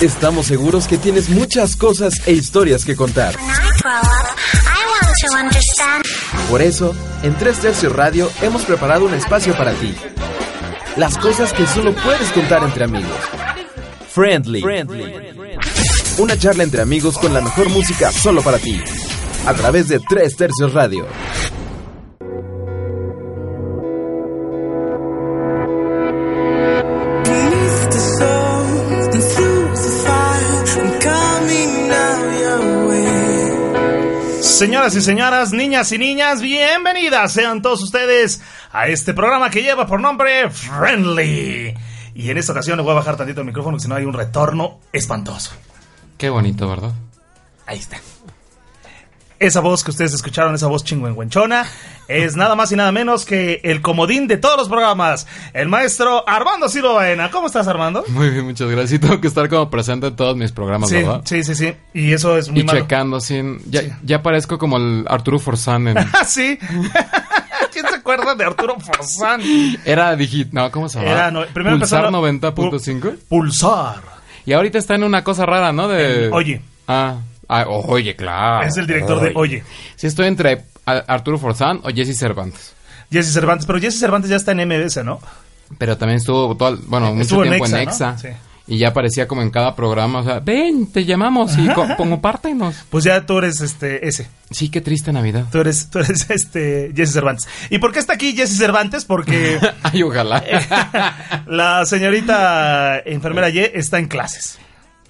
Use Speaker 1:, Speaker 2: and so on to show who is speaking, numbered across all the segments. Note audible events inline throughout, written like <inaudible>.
Speaker 1: Estamos seguros que tienes muchas cosas e historias que contar. Por eso, en Tres Tercios Radio hemos preparado un espacio para ti. Las cosas que solo puedes contar entre amigos. Friendly. Una charla entre amigos con la mejor música solo para ti. A través de Tres Tercios Radio.
Speaker 2: Señoras y señoras, niñas y niñas, bienvenidas sean todos ustedes a este programa que lleva por nombre Friendly. Y en esta ocasión le voy a bajar tantito el micrófono, que si no hay un retorno espantoso.
Speaker 3: Qué bonito, ¿verdad? <laughs>
Speaker 2: Ahí está. Esa voz que ustedes escucharon, esa voz chingüengüenchona, es nada más y nada menos que el comodín de todos los programas, el maestro Armando Silvaena. ¿Cómo estás, Armando?
Speaker 3: Muy bien, muchas gracias. Y tengo que estar como presente en todos mis programas,
Speaker 2: Sí,
Speaker 3: ¿verdad?
Speaker 2: sí, sí, sí. Y eso es muy
Speaker 3: y
Speaker 2: malo.
Speaker 3: checando, sí. Ya, ya parezco como el Arturo Forzán.
Speaker 2: <laughs>
Speaker 3: en-
Speaker 2: <laughs> Ah, sí. ¿Quién se acuerda de Arturo Forzán?
Speaker 3: Era Digit. No, ¿cómo se llama?
Speaker 2: Era no- primero empezó
Speaker 3: Pulsar
Speaker 2: la-
Speaker 3: 90.5.
Speaker 2: Pulsar.
Speaker 3: Y ahorita está en una cosa rara, ¿no? De...
Speaker 2: En Oye.
Speaker 3: Ah, ah, oye, claro.
Speaker 2: Es el director de Oye.
Speaker 3: Sí, estoy entre a- Arturo Forzán o Jesse Cervantes.
Speaker 2: Jesse Cervantes, pero Jesse Cervantes ya está en MBS, ¿no?
Speaker 3: Pero también estuvo todo, el- bueno, mucho
Speaker 2: Estuvo en
Speaker 3: tiempo en
Speaker 2: Exa,
Speaker 3: Exa.
Speaker 2: ¿no? Sí.
Speaker 3: Y ya aparecía como en cada programa, o sea, ven, te llamamos
Speaker 2: <laughs>
Speaker 3: y co- compártenos.
Speaker 2: Pues ya tú eres este ese.
Speaker 3: Sí, qué triste Navidad.
Speaker 2: Tú eres, tú eres <laughs> este Jesse Cervantes. ¿Y por qué está aquí Jesse
Speaker 3: <laughs>
Speaker 2: Cervantes? Porque
Speaker 3: Ay, ojalá.
Speaker 2: la señorita enfermera Ye está en clases.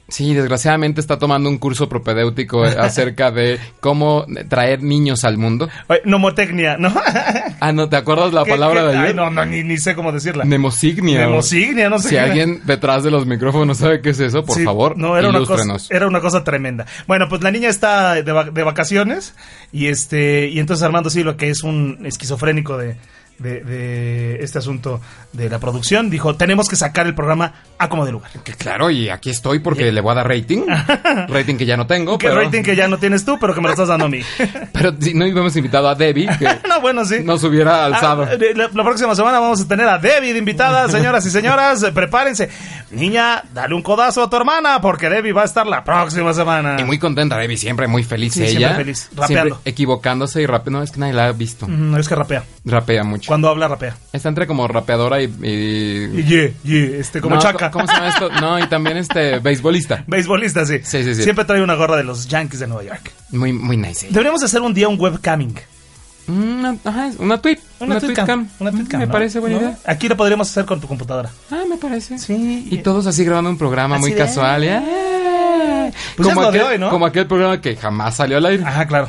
Speaker 3: Sí, desgraciadamente está tomando un curso propedéutico acerca de cómo traer niños al mundo.
Speaker 2: Oye, Nomotecnia, ¿no? <laughs>
Speaker 3: Ah, ¿no te acuerdas la
Speaker 2: ¿Qué-
Speaker 3: palabra
Speaker 2: qué-
Speaker 3: de ayer?
Speaker 2: Ay, no, no, ni, ni sé cómo decirla.
Speaker 3: Nemosignia.
Speaker 2: Nemosignia, no sé
Speaker 3: Si
Speaker 2: qué-
Speaker 3: alguien detrás de los micrófonos sabe qué es eso, por
Speaker 2: Sí,
Speaker 3: favor,
Speaker 2: no, era una, cosa,
Speaker 3: ilústrenos.
Speaker 2: era una cosa tremenda. Bueno, pues la niña está de, va- de vacaciones y este y entonces Armando Silva, que es un esquizofrénico de, de- de este asunto de la producción, dijo, tenemos que sacar el programa a como
Speaker 3: <laughs>
Speaker 2: de lugar.
Speaker 3: Que claro, y aquí estoy porque le voy a dar
Speaker 2: <laughs>
Speaker 3: rating. rating que ya no tengo,
Speaker 2: Que
Speaker 3: pero...
Speaker 2: rating que ya no tienes tú, pero que me lo estás dando a mí.
Speaker 3: Pero si no hubiéramos invitado a Debbie, que
Speaker 2: <laughs> no, bueno, sí.
Speaker 3: nos hubiera alzado.
Speaker 2: Ah, de- la, la próxima semana vamos a tener a Debbie
Speaker 3: <laughs>
Speaker 2: de invitada, señoras y señoras, eh, prepárense. Niña, dale un codazo a tu hermana porque Debbie va a estar la próxima semana.
Speaker 3: Y muy contenta, Debbie, siempre muy feliz
Speaker 2: Sí,
Speaker 3: ella.
Speaker 2: siempre feliz,
Speaker 3: Siempre
Speaker 2: rapeando.
Speaker 3: equivocándose y rapeando. No, es que nadie la ha visto.
Speaker 2: Mm, es que rapea.
Speaker 3: Rapea mucho.
Speaker 2: Cuando habla, rapea.
Speaker 3: Está entre como rapeadora y... y-
Speaker 2: Y yeah, yeah, este, como
Speaker 3: No,
Speaker 2: chaca.
Speaker 3: ¿Cómo se llama esto? No, y también este, beisbolista.
Speaker 2: <laughs> Beisbolista, sí.
Speaker 3: Sí, sí, sí.
Speaker 2: Siempre trae una gorra de los Yankees de Nueva York.
Speaker 3: Muy, muy nice. ella.
Speaker 2: Deberíamos hacer un día un webcaming.
Speaker 3: Una, ajá, es una tweet. Una, tweetcam. Mm,
Speaker 2: Una tweetcam.
Speaker 3: Me
Speaker 2: ¿no?
Speaker 3: parece buena
Speaker 2: ¿No?
Speaker 3: idea.
Speaker 2: Aquí lo podríamos hacer con tu computadora.
Speaker 3: Ah, me parece.
Speaker 2: Sí.
Speaker 3: Y todos así grabando un programa
Speaker 2: Así
Speaker 3: muy
Speaker 2: de-
Speaker 3: casual. y, ah.
Speaker 2: Pues es lo de
Speaker 3: aquel,
Speaker 2: hoy, ¿no? Ah.
Speaker 3: como aquel programa que jamás salió al aire.
Speaker 2: Ajá, claro.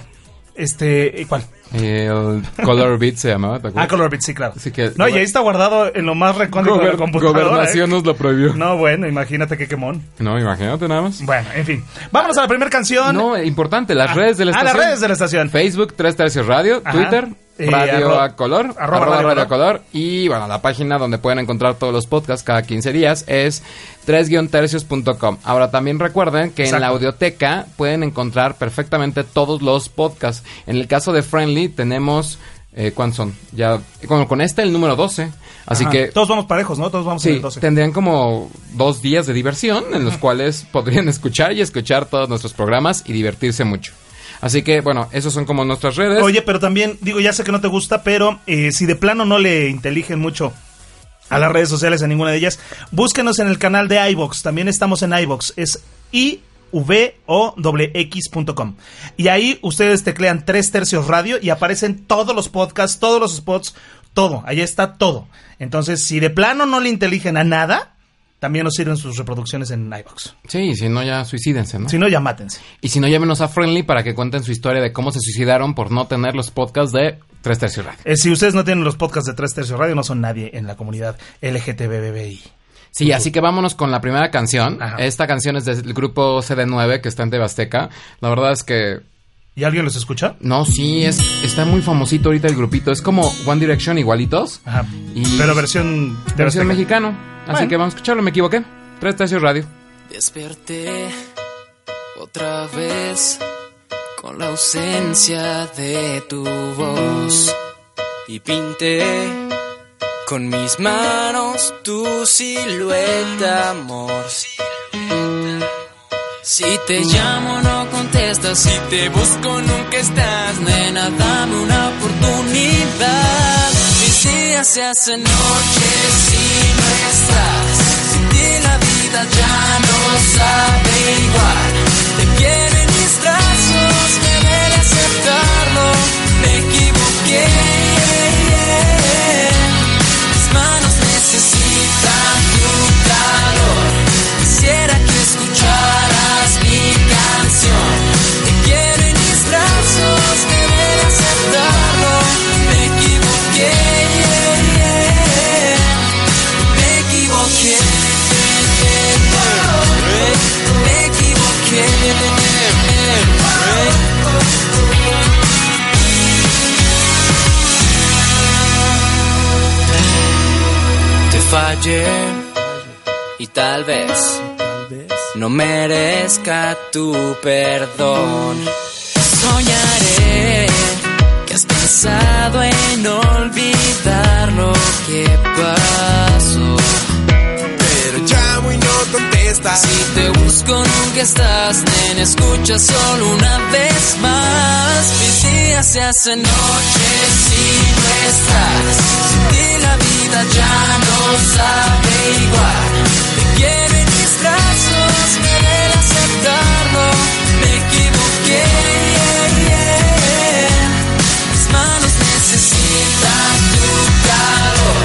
Speaker 2: Este, ¿eh, ¿cuál?
Speaker 3: El Color Beat se llamaba, ¿te
Speaker 2: Ah,
Speaker 3: acuerdas?
Speaker 2: Color Beat, sí, claro.
Speaker 3: Así que-
Speaker 2: no, y ahí está guardado en lo más recóndito de la
Speaker 3: Gober-
Speaker 2: computadora.
Speaker 3: gobernación
Speaker 2: ¿eh?
Speaker 3: nos lo prohibió. No.
Speaker 2: No, bueno, imagínate qué quemón.
Speaker 3: imagínate nada más.
Speaker 2: Bueno, en fin. Vámonos a la primera canción.
Speaker 3: No, importante, las
Speaker 2: Ah,
Speaker 3: redes de la
Speaker 2: ah, las
Speaker 3: estación.
Speaker 2: redes de la estación.
Speaker 3: Facebook, Tres Tercios Radio,
Speaker 2: Ajá.
Speaker 3: Twitter,
Speaker 2: Eh,
Speaker 3: Radio
Speaker 2: arro-
Speaker 3: a Color,
Speaker 2: arroba
Speaker 3: arroba
Speaker 2: Radio
Speaker 3: Radio,
Speaker 2: a
Speaker 3: a Color. Y bueno, la página donde pueden encontrar todos los podcasts cada 15 días es 3-tercios.com. Ahora también recuerden que en
Speaker 2: Exacto.
Speaker 3: la audioteca pueden encontrar perfectamente todos los podcasts. En el caso de Friendly tenemos... Eh, ¿Cuántos son? Ya, con, con este el número 12. Así
Speaker 2: Ajá.
Speaker 3: que
Speaker 2: Ah, Todos vamos parejos, ¿no? Todos vamos en
Speaker 3: Sí,
Speaker 2: el 12.
Speaker 3: tendrían como dos días de diversión en los cuales podrían escuchar y escuchar todos nuestros programas y divertirse mucho. Así que, bueno, esos son como nuestras redes.
Speaker 2: Oye, pero también, digo, ya sé que no te gusta, pero eh, si de plano no le inteligen mucho a las redes sociales, a ninguna de ellas, búsquenos en el canal de iVox. También estamos en iVox. Es i v o x.com y ahí ustedes teclean tres tercios radio y aparecen todos los podcasts, todos los spots, todo, ahí está todo. Entonces, si de plano no le inteligen a nada, también nos sirven sus reproducciones en iVox.
Speaker 3: Sí, y si no, ya suicídense, ¿no?
Speaker 2: Si no, ya mátense.
Speaker 3: Y si no, llámenos a Friendly para que cuenten su historia de cómo se suicidaron por no tener los podcasts de Tres Tercios Radio.
Speaker 2: Eh, si ustedes no tienen los podcasts de tres tercios radio, no son nadie en la comunidad LGTBBBI.
Speaker 3: Sí, así que vámonos con la primera canción.
Speaker 2: Ajá.
Speaker 3: Esta canción es del grupo CD9 que está en Tebasteca. La verdad es que...
Speaker 2: ¿Y alguien los escucha?
Speaker 3: No, sí, es, está muy famosito ahorita el grupito. Es como One Direction igualitos.
Speaker 2: Azteca.
Speaker 3: Y-
Speaker 2: Pero versión de
Speaker 3: Versión
Speaker 2: Azteca.
Speaker 3: mexicano. Así
Speaker 2: Bueno.
Speaker 3: que vamos a escucharlo, me equivoqué. Tres Tercios Radio.
Speaker 4: Desperté otra vez con la ausencia de tu voz y pinté con mis manos tu silueta, amor. Si te llamo no contestas, si te busco nunca estás, nena, dame una oportunidad. Mis días se hacen noches si no estás. Sin ti la vida ya no sabe igual. Te quiero en mis brazos, me duele aceptarlo. Me equivoqué. Mis manos necesitan tu calor. Quisiera que escucharas mi canción. Te quiero en mis brazos, debes aceptarlo. Me equivoqué, me equivoqué. Me equivoqué. Te fallé y tal vez no merezca tu perdón. Soñaré que has pensado en olvidar lo que pasó.
Speaker 5: Pero llamo y no contestas.
Speaker 4: Si te busco nunca estás, nena, escucha solo una vez más. Mis días se hacen noches si no estás. Sin ti la vida ya no sabe igual. Te quiero en mis brazos, me duele aceptarlo. Me equivoqué. Mis manos necesitan tu calor.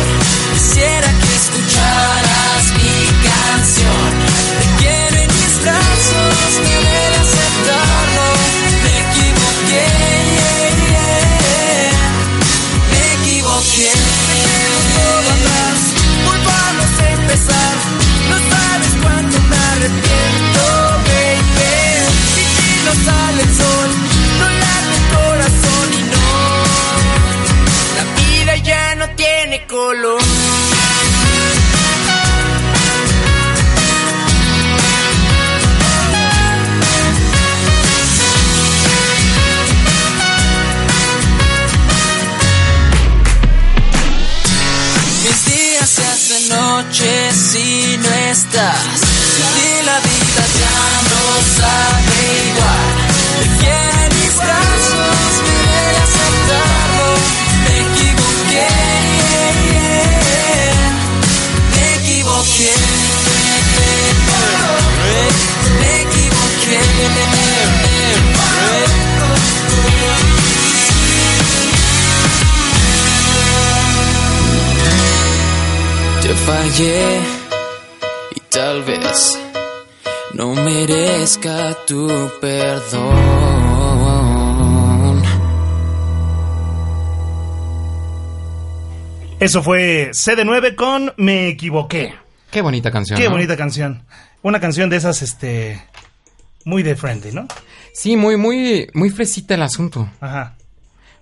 Speaker 4: Quisiera que escucharas mi canción. Te quiero en mis brazos, me duele aceptarlo. Me equivoqué. Me equivoqué. Todo atrás, volvamos a empezar. No sabes cuánto me arrepiento, baby. Si ti no sale el sol, no late el corazón y no. La vida ya no tiene color. Mis días se hacen noches si no estás. Sin ti la vida ya no sabe igual. Te quiero en mis brazos, me duele aceptarlo. Me equivoqué. Me equivoqué. Me equivoqué. Te fallé y tal vez no merezca tu perdón.
Speaker 2: Eso fue CD9 con Me Equivoqué.
Speaker 3: Qué bonita canción.
Speaker 2: Qué
Speaker 3: ¿no?
Speaker 2: bonita canción. Una canción de esas, este. Muy de friendly, ¿no?
Speaker 3: Sí, muy, muy, muy fresita el asunto.
Speaker 2: Ajá.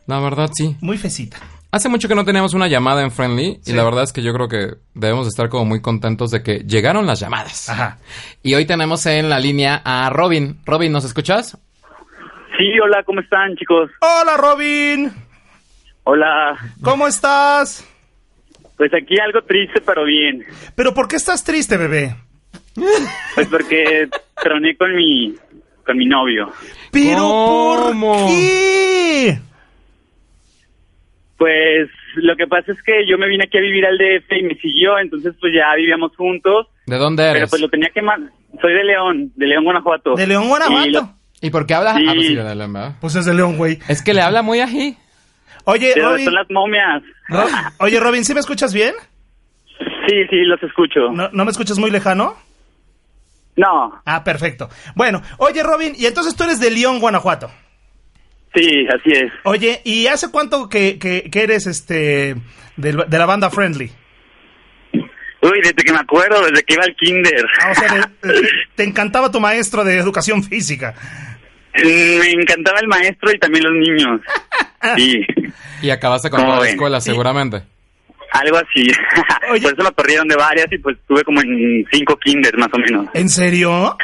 Speaker 3: La verdad, sí.
Speaker 2: Muy fecita.
Speaker 3: Hace mucho que no teníamos una llamada en Friendly
Speaker 2: Sí.
Speaker 3: y la verdad es que yo creo que debemos estar como muy contentos de que llegaron las llamadas.
Speaker 2: Ajá.
Speaker 3: Y hoy tenemos en la línea a Robin. Robin, ¿nos escuchas?
Speaker 6: Sí, hola, ¿cómo están, chicos?
Speaker 2: Hola, Robin.
Speaker 6: Hola.
Speaker 2: ¿Cómo estás?
Speaker 6: Pues aquí algo triste, pero bien.
Speaker 2: ¿Pero por qué estás triste, bebé?
Speaker 6: Pues
Speaker 2: <laughs>
Speaker 6: porque troné con mi con mi novio.
Speaker 2: ¿Pero
Speaker 3: ¿Cómo?
Speaker 2: por qué?
Speaker 6: Pues lo que pasa es que yo me vine aquí a vivir al DF y me siguió, entonces pues ya vivíamos juntos,
Speaker 3: ¿De dónde
Speaker 6: pero
Speaker 3: eres?
Speaker 6: pues lo tenía que man- soy de León, de León Guanajuato.
Speaker 2: ¿De León,
Speaker 6: Y
Speaker 2: Guanajuato?
Speaker 6: lo-
Speaker 3: ¿Y por qué hablas?
Speaker 6: Sí.
Speaker 3: Ah, pues sí, de León, ¿verdad?
Speaker 2: Pues es de León, güey.
Speaker 3: Es que le habla muy ají.
Speaker 2: Oye,
Speaker 6: de donde
Speaker 2: Robin.
Speaker 6: son las momias.
Speaker 2: Ro- Oye, Robin, ¿sí me escuchas bien?
Speaker 6: Sí, sí, los escucho. No.
Speaker 2: ¿No, no me escuchas muy lejano? Ah, perfecto. Bueno, oye, Robin, y entonces tú eres de León, Guanajuato.
Speaker 6: sí, así es.
Speaker 2: Oye, ¿y hace cuánto que, que- que eres este de, la- de la banda Friendly?
Speaker 6: Uy, desde que me acuerdo, desde que iba al kinder.
Speaker 2: Ah, o sea, de- eh, te encantaba tu maestro de educación física.
Speaker 6: me encantaba el maestro y también los
Speaker 2: <laughs>
Speaker 6: niños. Sí.
Speaker 3: Y acabaste con
Speaker 6: ¿Cómo
Speaker 3: toda la
Speaker 6: ven?
Speaker 3: escuela, seguramente.
Speaker 6: Algo así. <laughs>
Speaker 2: Oye.
Speaker 6: Por eso me corrieron de varias y pues tuve como en cinco kinders más o menos.
Speaker 2: ¿En serio?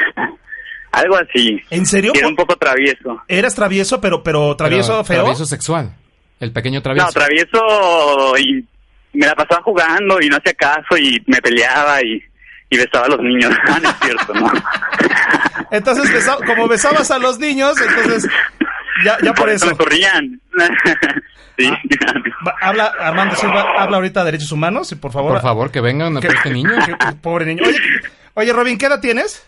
Speaker 6: Algo así.
Speaker 2: ¿En serio?
Speaker 6: Y Era un poco travieso.
Speaker 2: Eras travieso, pero pero travieso
Speaker 3: Pero,
Speaker 2: feo.
Speaker 3: Travieso sexual. El pequeño travieso.
Speaker 6: No, travieso y me la pasaba jugando y no <laughs> hacía caso y me peleaba y, y besaba a los niños. Ah, no es cierto, ¿no?
Speaker 2: Entonces, besa- como besabas a los niños, entonces <laughs> ya, ya por eso. Ah.
Speaker 6: Me corrían. <laughs> sí. <laughs>
Speaker 2: Va- Habla, Armando Silva, habla ahorita de derechos humanos y por favor.
Speaker 3: Por favor, que vengan a por este niño.
Speaker 2: que- pobre niño. Oye, oye, Robin, ¿qué edad tienes?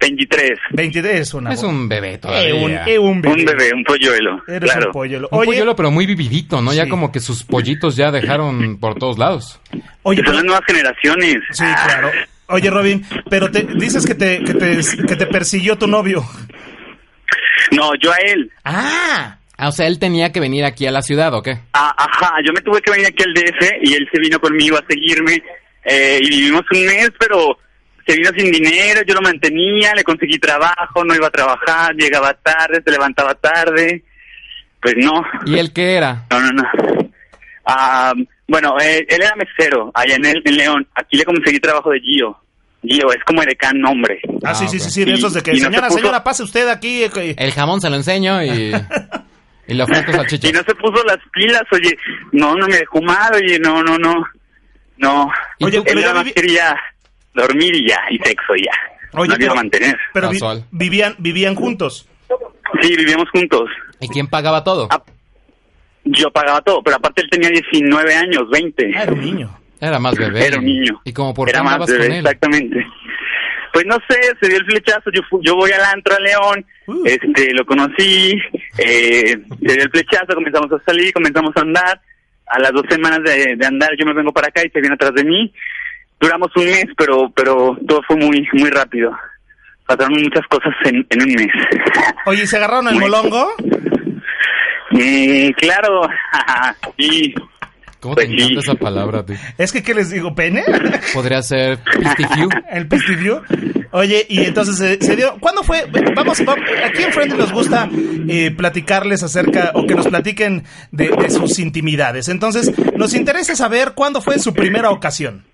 Speaker 6: 23.
Speaker 2: 23, es una.
Speaker 3: Es un bebé todavía.
Speaker 2: Eh, un, eh, un bebé.
Speaker 6: Un bebé, un polluelo.
Speaker 2: Eres
Speaker 6: claro.
Speaker 2: un pollo.
Speaker 3: Un
Speaker 2: Oye,
Speaker 3: polluelo, pero muy vividito, ¿no? Ya
Speaker 2: Sí.
Speaker 3: como que sus pollitos ya
Speaker 2: <laughs>
Speaker 3: dejaron por todos lados.
Speaker 2: oye, pues
Speaker 6: Son las nuevas generaciones.
Speaker 2: Sí, claro. Oye, Robin, pero te dices que te, que te, que te persiguió tu novio.
Speaker 6: No, yo a él.
Speaker 3: ¡Ah! Ah, o sea, él tenía que venir aquí a la ciudad, ¿o qué?
Speaker 6: Ah, ajá, yo me tuve que venir aquí al DF y él se vino conmigo a seguirme eh, y vivimos un mes, pero se vino sin dinero, yo lo mantenía, le conseguí trabajo, no iba a trabajar, llegaba tarde, se levantaba tarde, pues no,
Speaker 3: ¿Y él qué era?
Speaker 6: no, no, no. Ah, bueno, eh, él era mesero allá en, el, en León, aquí le conseguí trabajo de Gio, Gio es como edecán nombre.
Speaker 2: Ah,
Speaker 3: Ah,
Speaker 2: sí, sí,
Speaker 3: ok.
Speaker 2: sí, sí, de
Speaker 6: Y-
Speaker 2: esos de que,
Speaker 6: y no se
Speaker 2: señora,
Speaker 6: puso-
Speaker 2: señora, pase usted aquí. eh, que-
Speaker 3: El jamón se lo enseño
Speaker 2: <laughs>
Speaker 3: y... Y le ofrezco
Speaker 6: Y no
Speaker 3: salchichas.
Speaker 6: se puso las pilas, oye, no, no me dejó mal, oye, no, no, no, no.
Speaker 3: ¿Y
Speaker 2: Oye,
Speaker 6: él
Speaker 2: pero ya
Speaker 6: nada más
Speaker 2: vivi-
Speaker 6: quería dormir y ya, y sexo y ya.
Speaker 2: Oye,
Speaker 6: no
Speaker 2: pero-
Speaker 6: quiero mantener.
Speaker 2: Pero vi-
Speaker 3: Casual.
Speaker 2: vivían, vivían juntos.
Speaker 6: Sí, vivíamos juntos.
Speaker 3: ¿Y quién pagaba todo?
Speaker 6: Ah, Yo pagaba todo, pero aparte él tenía 19 años, 20.
Speaker 2: Ah, era un niño.
Speaker 3: Era más bebé.
Speaker 6: Era un niño.
Speaker 3: ¿Y como por qué
Speaker 6: Era más
Speaker 3: andabas
Speaker 6: bebé,
Speaker 3: con él?
Speaker 6: Exactamente. Pues no sé, se dio el flechazo, yo, fu- yo voy al antro a León,
Speaker 2: Uh.
Speaker 6: este, lo conocí, eh, se dio el flechazo, comenzamos a salir, comenzamos a andar, a las dos semanas de, de andar yo me vengo para acá y se viene atrás de mí, duramos un mes, pero, pero todo fue muy, muy rápido, pasaron muchas cosas en, en un mes. <laughs>
Speaker 2: Oye, ¿y ¿se agarraron el
Speaker 6: Muy-
Speaker 2: molongo?
Speaker 6: Mm, claro, <laughs> y
Speaker 3: ¿Cómo
Speaker 6: Pues
Speaker 3: te encanta
Speaker 6: sí.
Speaker 3: esa palabra, tío?
Speaker 2: Es que, ¿qué les digo? ¿Pene? <laughs>
Speaker 3: Podría ser
Speaker 6: <laughs>
Speaker 3: Pistifiu.
Speaker 2: El pestidio. Oye, y entonces eh, se dio. ¿Cuándo fue? Vamos, va- aquí en Friendly nos gusta eh, platicarles acerca o que nos platiquen de, de sus intimidades. Entonces, nos interesa saber cuándo fue su primera ocasión.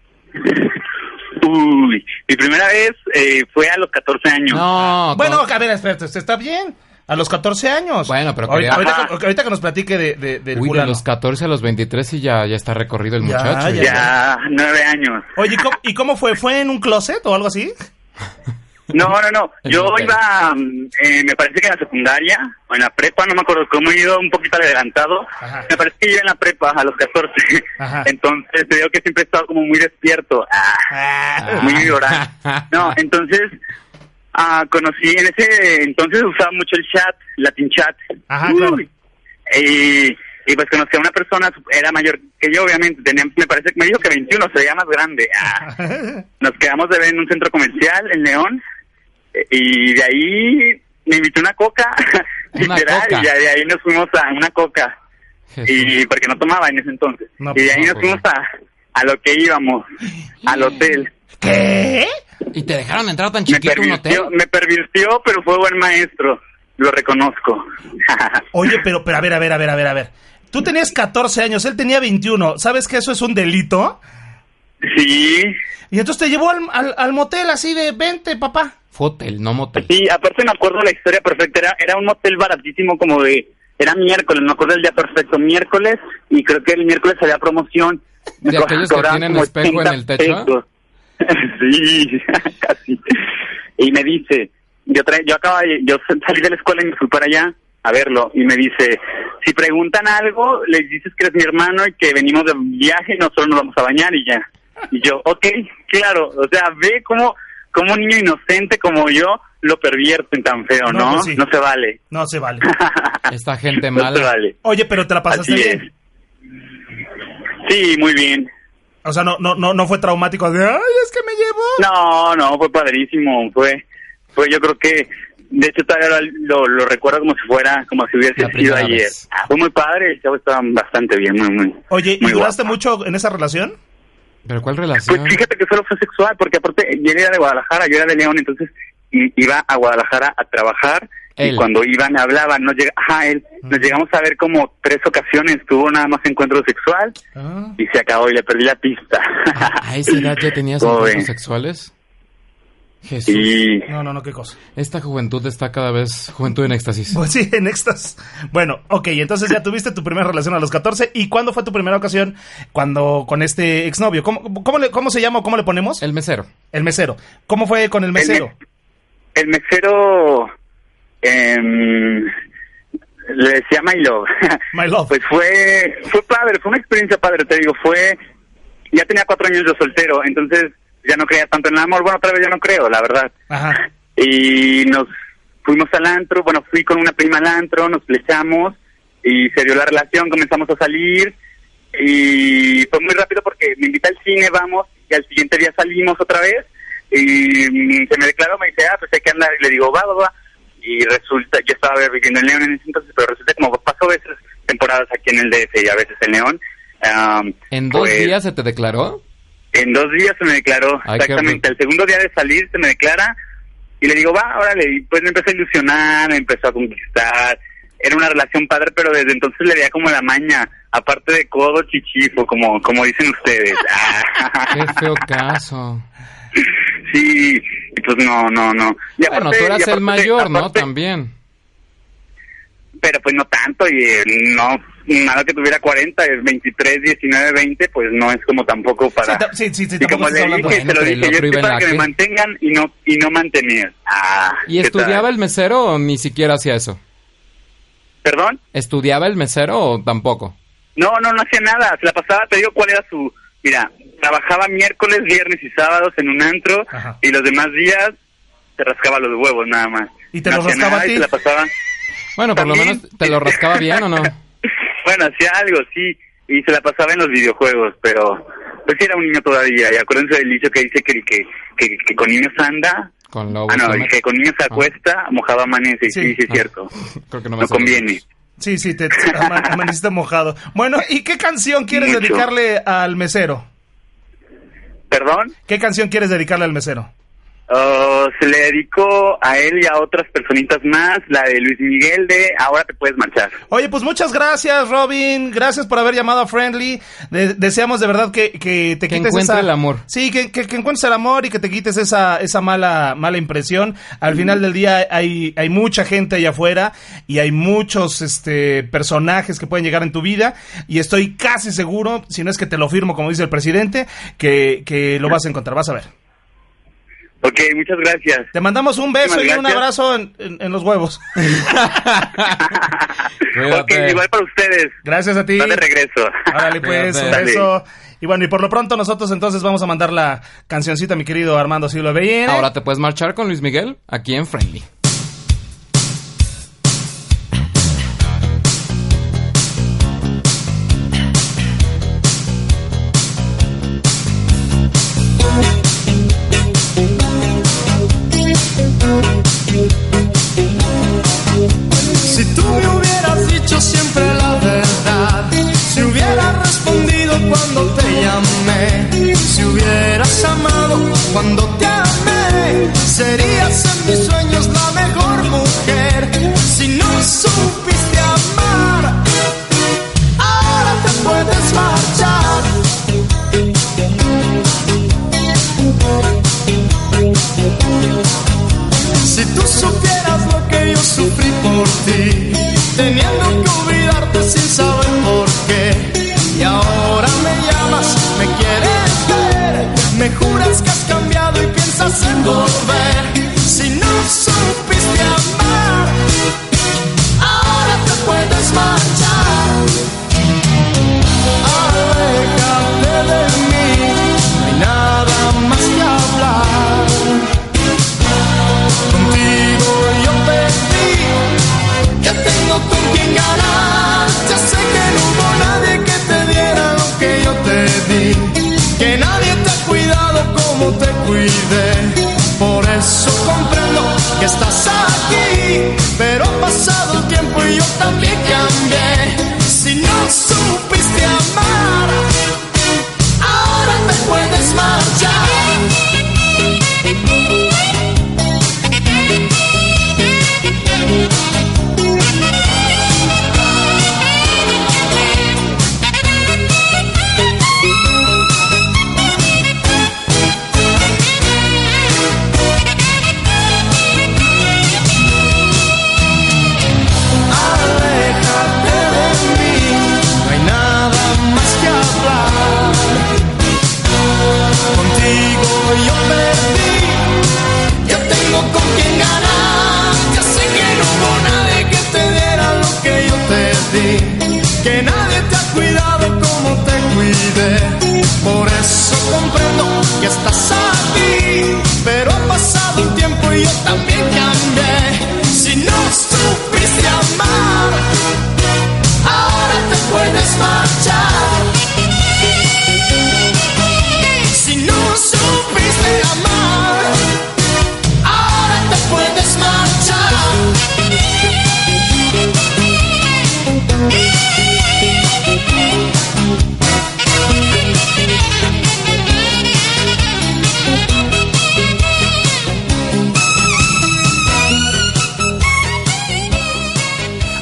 Speaker 6: uy, mi primera vez eh, fue a los 14 años.
Speaker 3: No,
Speaker 2: Bueno,
Speaker 3: con-
Speaker 2: a ver, espérate, usted está bien. A los 14 años.
Speaker 3: Bueno, pero
Speaker 2: ahorita,
Speaker 3: quería-
Speaker 2: ahorita que, ahorita que nos platique de, de- del
Speaker 3: Uy, de
Speaker 2: fulano.
Speaker 3: los 14 a los 23 y ya, ya está recorrido el
Speaker 2: Ya,
Speaker 3: muchacho.
Speaker 2: ya.
Speaker 6: Ya, nueve años.
Speaker 2: Oye, ¿y cómo, ¿y cómo fue? ¿Fue en un closet o algo así? <laughs>
Speaker 6: No, no, no.
Speaker 3: En
Speaker 6: Yo
Speaker 3: un hotel.
Speaker 6: iba, mm, eh, me parece que en la secundaria o en la prepa, no me acuerdo cómo he ido un poquito adelantado.
Speaker 2: Ajá.
Speaker 6: Me parece que yo en la prepa a los 14.
Speaker 2: Ajá.
Speaker 6: <laughs> Entonces, te digo que siempre he estado como muy despierto. Ah,
Speaker 2: Ah,
Speaker 6: muy
Speaker 3: <laughs>
Speaker 6: vibrante. No, entonces, ah, conocí, en ese entonces usaba mucho el chat, Latin chat.
Speaker 2: Ajá, claro.
Speaker 6: Y, y pues conocí a una persona, era mayor que yo, obviamente. Tenía, me parece que me dijo que 21, se veía más grande. Ah.
Speaker 3: <laughs>
Speaker 6: Nos quedamos de ver en un centro comercial en León eh, y de ahí me invitó una coca, <laughs>
Speaker 3: Una
Speaker 6: literal,
Speaker 3: coca.
Speaker 6: y de de ahí nos fuimos a una coca. Y porque no tomaba en ese entonces.
Speaker 2: No,
Speaker 6: y de ahí
Speaker 3: no,
Speaker 6: nos
Speaker 3: pues
Speaker 6: fuimos a, a lo que íbamos, al hotel.
Speaker 2: <laughs> ¿Qué?
Speaker 3: ¿Y te dejaron entrar tan
Speaker 6: Me
Speaker 3: chiquito a un hotel?
Speaker 6: pervirtió, me pervirtió, pero fue buen maestro, lo reconozco. <laughs>
Speaker 2: Oye, pero, pero a ver, a ver, a ver, a ver, a ver. Tú tenías 14 años, él tenía 21. ¿Sabes que eso es un delito?
Speaker 6: sí,
Speaker 2: Y entonces te llevó al, al, al motel así de, vente, papá.
Speaker 3: Fue hotel, no motel.
Speaker 6: sí, aparte me acuerdo la historia perfecta, era, era un hotel baratísimo como de... Era miércoles, me acuerdo el día perfecto, miércoles, y creo que el miércoles había promoción.
Speaker 3: ¿De
Speaker 6: Co-
Speaker 3: aquellos que
Speaker 6: cobraban
Speaker 3: tienen
Speaker 6: como
Speaker 3: espejo en
Speaker 6: 80
Speaker 3: el techo?
Speaker 6: pesos. <laughs> sí, casi. Y me dice, yo tra yo acaba de, yo salí de la escuela y me fui para allá a verlo y me dice, si preguntan algo, les dices que eres mi hermano y que venimos de viaje y nosotros nos vamos a bañar y ya. Y yo, ok, claro, o sea, ve cómo, cómo un niño inocente como yo lo pervierten tan feo,
Speaker 2: No,
Speaker 6: ¿no? No,
Speaker 2: pues sí.
Speaker 6: se vale.
Speaker 2: No se vale.
Speaker 3: Esta gente
Speaker 6: No se
Speaker 3: mala.
Speaker 6: vale.
Speaker 2: Oye, pero te la pasaste
Speaker 6: Así es.
Speaker 2: bien.
Speaker 6: Sí, muy bien.
Speaker 2: O sea, no, no, no, no fue traumático de, ay, es que me llevó.
Speaker 6: No, no, fue padrísimo, fue, fue yo creo que, de hecho todavía lo, lo recuerdo como si fuera, como si hubiese
Speaker 3: La
Speaker 6: sido
Speaker 3: primera
Speaker 6: ayer.
Speaker 3: vez.
Speaker 6: Ah, fue muy padre, el chavo estaba bastante bien, muy, muy.
Speaker 2: Oye, ¿y
Speaker 6: muy
Speaker 2: duraste
Speaker 6: guapo.
Speaker 2: mucho en esa relación?
Speaker 3: ¿Pero cuál
Speaker 6: Pues
Speaker 3: relación?
Speaker 6: fíjate que solo fue sexual, porque aparte él era de Guadalajara, yo era de León, entonces i- iba a Guadalajara a trabajar
Speaker 3: Él.
Speaker 6: y cuando iban hablaban, nos, llega- ajá, él, nos llegamos a ver como tres ocasiones, tuvo nada más encuentro sexual
Speaker 3: Ah.
Speaker 6: y se acabó y le perdí la pista.
Speaker 3: ¿A esa edad ya tenías
Speaker 6: ¿Cómo
Speaker 3: encuentros
Speaker 6: ven?
Speaker 3: sexuales? Jesús.
Speaker 6: <laughs> Y
Speaker 2: No, no, no, qué cosa.
Speaker 3: Esta juventud está cada vez... Juventud en éxtasis.
Speaker 2: <laughs> Pues sí, en estas. Bueno, ok, entonces ya tuviste tu primera relación a los 14. ¿Y cuándo fue tu primera ocasión? Cuando con este exnovio. ¿Cómo, cómo, le- cómo se llama o cómo le ponemos? El,
Speaker 3: El mesero.
Speaker 2: mesero. ¿Cómo fue con el mesero?
Speaker 6: mes- el mesero em, le decía My Love.
Speaker 2: My love.
Speaker 6: Pues fue, fue padre, fue una experiencia padre, te digo, fue, ya tenía cuatro años de soltero, entonces ya no creía tanto en el amor, bueno, otra vez ya no creo, la verdad.
Speaker 2: Ajá.
Speaker 6: Y nos fuimos al antro, bueno, fui con una prima al antro, nos flechamos y se dio la relación, comenzamos a salir y fue muy rápido porque me invita al cine, vamos, y al siguiente día salimos otra vez y mm, se me declaró, me dice, ah, pues hay que andar, y le digo, va, va, va, y resulta, yo estaba viviendo en León en ese entonces, pero resulta como pasó a veces temporadas aquí en el DF y a veces en León. am,
Speaker 3: ¿En dos
Speaker 6: pues,
Speaker 3: días se te declaró?
Speaker 6: en dos días se me declaró,
Speaker 3: Ay, qué
Speaker 6: exactamente. El segundo día de salir se me declara y le digo, va, órale. Y pues me empezó a ilusionar, me empezó a conquistar. Era una relación padre, pero desde entonces le veía como la maña, aparte de codo chichifo, como, como dicen ustedes. <laughs> Ah,
Speaker 3: Qué feo caso.
Speaker 6: sí, y pues no, no, no. Y
Speaker 3: Bueno,
Speaker 6: aparte-
Speaker 3: tú
Speaker 6: y
Speaker 3: eras el
Speaker 6: aparte-
Speaker 3: mayor, ¿no?
Speaker 6: aparte-
Speaker 3: También.
Speaker 6: Pero pues no tanto, y eh, no, nada que tuviera 40, es 23, 19, 20, pues no es como tampoco para...
Speaker 2: Sí, ta- sí, sí, sí,
Speaker 6: Y como
Speaker 2: tampoco
Speaker 6: le
Speaker 2: estás hablando.
Speaker 6: dije,
Speaker 3: Bueno, pero
Speaker 6: se lo dije,
Speaker 3: el
Speaker 6: yo
Speaker 3: otro
Speaker 6: estoy
Speaker 3: iba en
Speaker 6: para
Speaker 3: la
Speaker 6: que me
Speaker 3: que-
Speaker 6: mantengan y no, y no mantener. Ah,
Speaker 3: ¿Y
Speaker 6: ¿qué tal?
Speaker 3: estudiaba el mesero o ni siquiera hacía eso?
Speaker 6: ¿Perdón?
Speaker 3: ¿Estudiaba el mesero o tampoco?
Speaker 6: No, no, no hacía nada. Se la pasaba, te digo cuál era su... Mira, trabajaba miércoles, viernes y sábados en un antro
Speaker 2: Ajá.
Speaker 6: y los demás días se rascaba los huevos nada más.
Speaker 2: ¿Y te
Speaker 6: no
Speaker 2: los
Speaker 6: hacía
Speaker 2: rascaba
Speaker 6: nada
Speaker 2: a
Speaker 6: y
Speaker 2: ti?
Speaker 6: se la pasaba...
Speaker 3: Bueno, por lo
Speaker 6: También.
Speaker 3: menos te lo rascaba bien o no.
Speaker 6: bueno, hacía algo, sí. Y se la pasaba en los videojuegos, pero... Pues sí era un niño todavía. Y acuérdense del dicho que dice que el que, que, que con niños anda...
Speaker 3: Con lobo.
Speaker 6: Ah, no,
Speaker 3: se
Speaker 6: el
Speaker 3: mete.
Speaker 6: que con niños se
Speaker 3: Ah.
Speaker 6: acuesta, mojado amanece. Sí,
Speaker 2: Sí.
Speaker 6: sí, es
Speaker 3: Ah.
Speaker 6: cierto.
Speaker 3: Creo que no
Speaker 6: No,
Speaker 3: me hace
Speaker 6: conviene.
Speaker 2: Sí, sí, te te ama- amaneciste mojado. Bueno, ¿y qué canción quieres
Speaker 6: Mucho.
Speaker 2: dedicarle al mesero?
Speaker 6: ¿Perdón?
Speaker 2: ¿Qué canción quieres dedicarle al mesero?
Speaker 6: Oh, se le dedicó a él y a otras personitas más, la de Luis Miguel de Ahora te puedes marchar.
Speaker 2: Oye, pues muchas gracias, Robin. Gracias por haber llamado a Friendly. De- deseamos de verdad que, que te
Speaker 3: Que
Speaker 2: quites
Speaker 3: encuentre
Speaker 2: esa-
Speaker 3: el amor.
Speaker 2: Sí, que, que- que encuentres el amor y que te quites esa, esa mala, mala impresión. Al final del día hay, hay mucha gente allá afuera y hay muchos este, personajes que pueden llegar en tu vida. Y estoy casi seguro, si no es que te lo firmo, como dice el presidente, que, que lo vas a encontrar. Vas a ver.
Speaker 6: Ok, muchas gracias.
Speaker 2: Te mandamos un beso y
Speaker 6: Muchísimas
Speaker 2: un
Speaker 6: gracias.
Speaker 2: abrazo en, en- en los huevos. <laughs>
Speaker 6: ok,
Speaker 3: Cuídate.
Speaker 6: igual para ustedes.
Speaker 2: Gracias a ti.
Speaker 6: Está de regreso.
Speaker 2: Órale, pues, un
Speaker 3: Cuídate.
Speaker 2: beso. Y bueno, y por lo pronto nosotros entonces vamos a mandar la cancioncita, mi querido Armando Silva Bellín.
Speaker 3: Ahora te puedes marchar con Luis Miguel aquí en Friendly.
Speaker 7: Si tú me hubieras dicho siempre la verdad, si hubieras respondido cuando te llamé, si hubieras amado cuando te amé, serías en mis sueños la mejor mujer. Si no supiste amar, ahora te puedes marchar. Si tú supieras lo que yo sufrí por ti, teniendo que olvidarte sin saber por qué. Y ahora me llamas, me quieres ver, me juras que has cambiado y piensas en volver. Si no supiste amar, ahora te puedes marchar. Aléjate de mí, no hay nada más que hablar. Contigo yo perdí, ya tengo con quien ganar. Ya sé que no hubo nadie que te diera lo que yo te di, que nadie te ha cuidado como te cuidé. Por eso comprendo que estás aquí, pero ha pasado el tiempo y yo también cambié. Si no supiste amar, ahora te puedes marchar.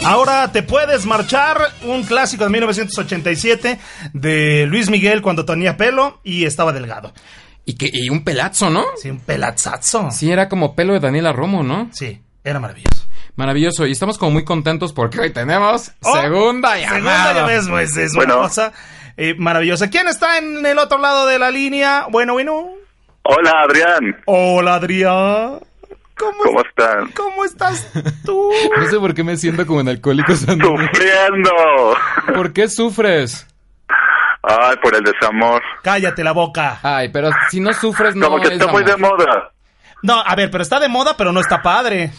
Speaker 2: Ahora te puedes marchar, un clásico de 1987 de Luis Miguel cuando tenía pelo y estaba delgado.
Speaker 3: Y, que, y un pelazo, ¿no?
Speaker 2: Sí, un pelazazo.
Speaker 3: Sí, era como pelo de Daniela Romo, ¿no?
Speaker 2: Sí, era maravilloso.
Speaker 3: Maravilloso. Y estamos como muy contentos porque hoy tenemos
Speaker 2: Oh,
Speaker 3: segunda
Speaker 2: Segunda
Speaker 3: llamada.
Speaker 2: llamada es, pues, es
Speaker 8: Bueno.
Speaker 2: una cosa eh, maravillosa. ¿Quién está en el otro lado de la línea? Bueno, bueno.
Speaker 8: Hola, Adrián.
Speaker 2: Hola, Adrián. ¿Cómo,
Speaker 8: ¿Cómo
Speaker 2: es-
Speaker 8: están?
Speaker 2: ¿Cómo estás
Speaker 8: <laughs>
Speaker 2: tú?
Speaker 3: No sé por qué me siento como en Alcohólicos Anónimos.
Speaker 8: Sufriendo.
Speaker 3: ¿Por qué sufres?
Speaker 8: Ay, por el desamor.
Speaker 2: Cállate la boca.
Speaker 3: Ay, pero si no sufres, no
Speaker 8: Como que
Speaker 3: es
Speaker 8: está muy
Speaker 3: amor.
Speaker 8: de moda.
Speaker 2: No, a ver, pero está de moda, pero no está padre.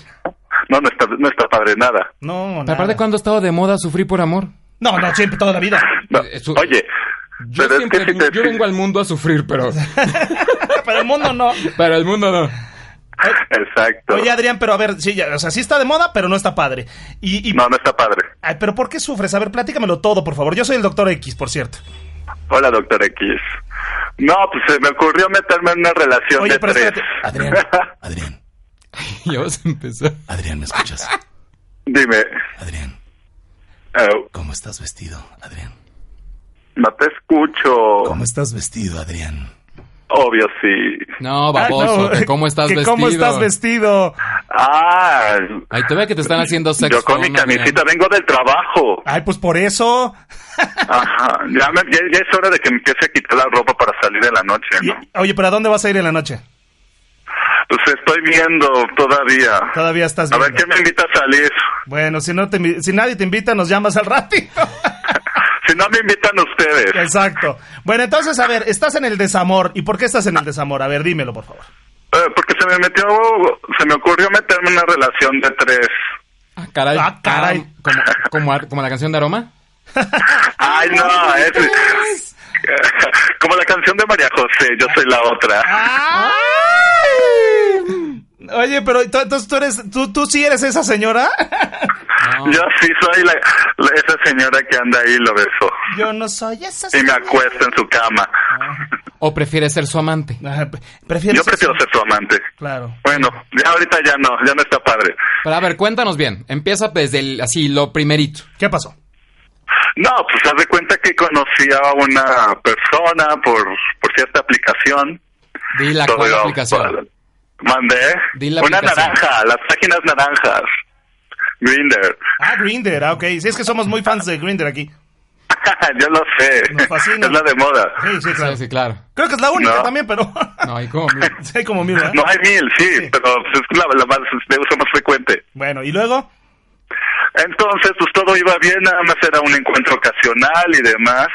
Speaker 8: No, no está, no está padre nada.
Speaker 2: No,
Speaker 3: Pero Aparte,
Speaker 2: nada.
Speaker 3: cuando he estado de moda, sufrí por amor.
Speaker 2: No, no, siempre, toda la vida.
Speaker 3: <laughs>
Speaker 8: No,
Speaker 3: Eh, su-
Speaker 8: Oye,
Speaker 3: Yo
Speaker 8: pero es
Speaker 3: siempre
Speaker 8: que si te...
Speaker 3: yo vengo al mundo a sufrir, pero
Speaker 2: Para el mundo no.
Speaker 3: para el mundo
Speaker 8: <laughs>
Speaker 3: no. <laughs>
Speaker 8: Exacto.
Speaker 2: Oye, Adrián, pero a ver, sí, ya, o sea, sí está de moda, pero no está padre. Y, y-
Speaker 8: No, no está padre.
Speaker 2: Ay, pero ¿por qué sufres? A ver, platícamelo todo, por favor. Yo soy el doctor X, por cierto.
Speaker 8: Hola, doctor X. No, pues se me ocurrió meterme en una relación
Speaker 2: Oye,
Speaker 8: de
Speaker 2: pero
Speaker 8: tres.
Speaker 2: espérate.
Speaker 9: Adrián, Adrián,
Speaker 3: Ya vas a empezar.
Speaker 9: Adrián, ¿me escuchas?
Speaker 8: Dime,
Speaker 9: Adrián,
Speaker 8: eh,
Speaker 9: ¿cómo estás vestido, Adrián?
Speaker 8: no te escucho.
Speaker 9: ¿Cómo estás vestido, Adrián?
Speaker 8: Obvio, sí.
Speaker 3: No,
Speaker 2: Ah,
Speaker 3: baboso,
Speaker 2: no,
Speaker 3: que cómo estás
Speaker 2: que
Speaker 3: vestido.
Speaker 2: ¿Cómo estás vestido?
Speaker 8: Ah,
Speaker 3: Ay, te veo que te están haciendo sexo.
Speaker 8: yo con mi
Speaker 3: ¿no, Adrián?
Speaker 8: camisita vengo del trabajo.
Speaker 2: Ay, pues por eso.
Speaker 8: Ajá, ya, me- ya- ya es hora de que me empiece a quitar la ropa para salir en la noche,
Speaker 2: Y-
Speaker 8: ¿no?
Speaker 2: oye, pero ¿a dónde vas a ir en la noche?
Speaker 8: Pues estoy viendo todavía.
Speaker 2: Todavía estás
Speaker 8: A
Speaker 2: viendo.
Speaker 8: ver, ¿qué me invita a salir?
Speaker 2: Bueno, si, no te, invi- si nadie te invita, nos llamas
Speaker 8: <laughs>
Speaker 2: al ratito.
Speaker 8: Si no me invitan ustedes.
Speaker 2: Exacto. Bueno, entonces, a ver, estás en el desamor. ¿Y por qué estás en el desamor? A ver, dímelo, por favor.
Speaker 8: Eh, porque se me metió, se me ocurrió meterme en una relación de tres.
Speaker 3: Ah, caray.
Speaker 2: Ah, caray.
Speaker 3: Ah, como, como, ar- como la canción de Aroma.
Speaker 8: Ay, Ah, no, es... <laughs> Como la canción de María José, yo soy la otra.
Speaker 2: Oye, pero ento- entonces tú eres, tú, tú sí eres esa señora. <laughs>
Speaker 3: No.
Speaker 8: Yo sí soy la, la- esa señora que anda ahí y lo beso.
Speaker 2: Yo no soy esa
Speaker 8: Y me
Speaker 2: señora.
Speaker 8: acuesta en su cama.
Speaker 3: ¿O prefieres ser su amante?
Speaker 2: Ah, pre- Prefiero
Speaker 8: Yo
Speaker 2: ser
Speaker 8: prefiero
Speaker 2: su-
Speaker 8: ser su amante.
Speaker 2: Claro.
Speaker 8: Bueno, ya ahorita ya no, ya no está padre.
Speaker 3: Pero a ver, cuéntanos bien. Empieza desde el, así, lo primerito.
Speaker 2: ¿Qué pasó?
Speaker 8: No, pues haz de cuenta que conocí a una persona por, por cierta aplicación.
Speaker 3: Di la
Speaker 8: Todo
Speaker 3: cual
Speaker 8: iba-
Speaker 3: aplicación.
Speaker 8: Mandé.
Speaker 3: Di la
Speaker 8: ¿eh? una
Speaker 3: aplicación.
Speaker 8: naranja, las páginas naranjas. Grinder.
Speaker 2: Ah, Grinder, ah, ok. Sí, es que somos muy fans de Grinder aquí.
Speaker 8: <laughs> Yo lo sé.
Speaker 2: Nos fascina.
Speaker 8: Es la de moda.
Speaker 2: Sí, sí, claro.
Speaker 3: Sí, sí, claro.
Speaker 2: Creo que es la única
Speaker 8: No.
Speaker 2: también, pero.
Speaker 3: No, y como... mira.
Speaker 2: <laughs> sí, hay como
Speaker 3: ¿eh?
Speaker 2: mil, ¿verdad?
Speaker 8: No hay mil, sí, pero pues, es la, la más, de uso más frecuente.
Speaker 2: Bueno, y luego.
Speaker 8: Entonces, pues todo iba bien, nada más era un encuentro ocasional y demás.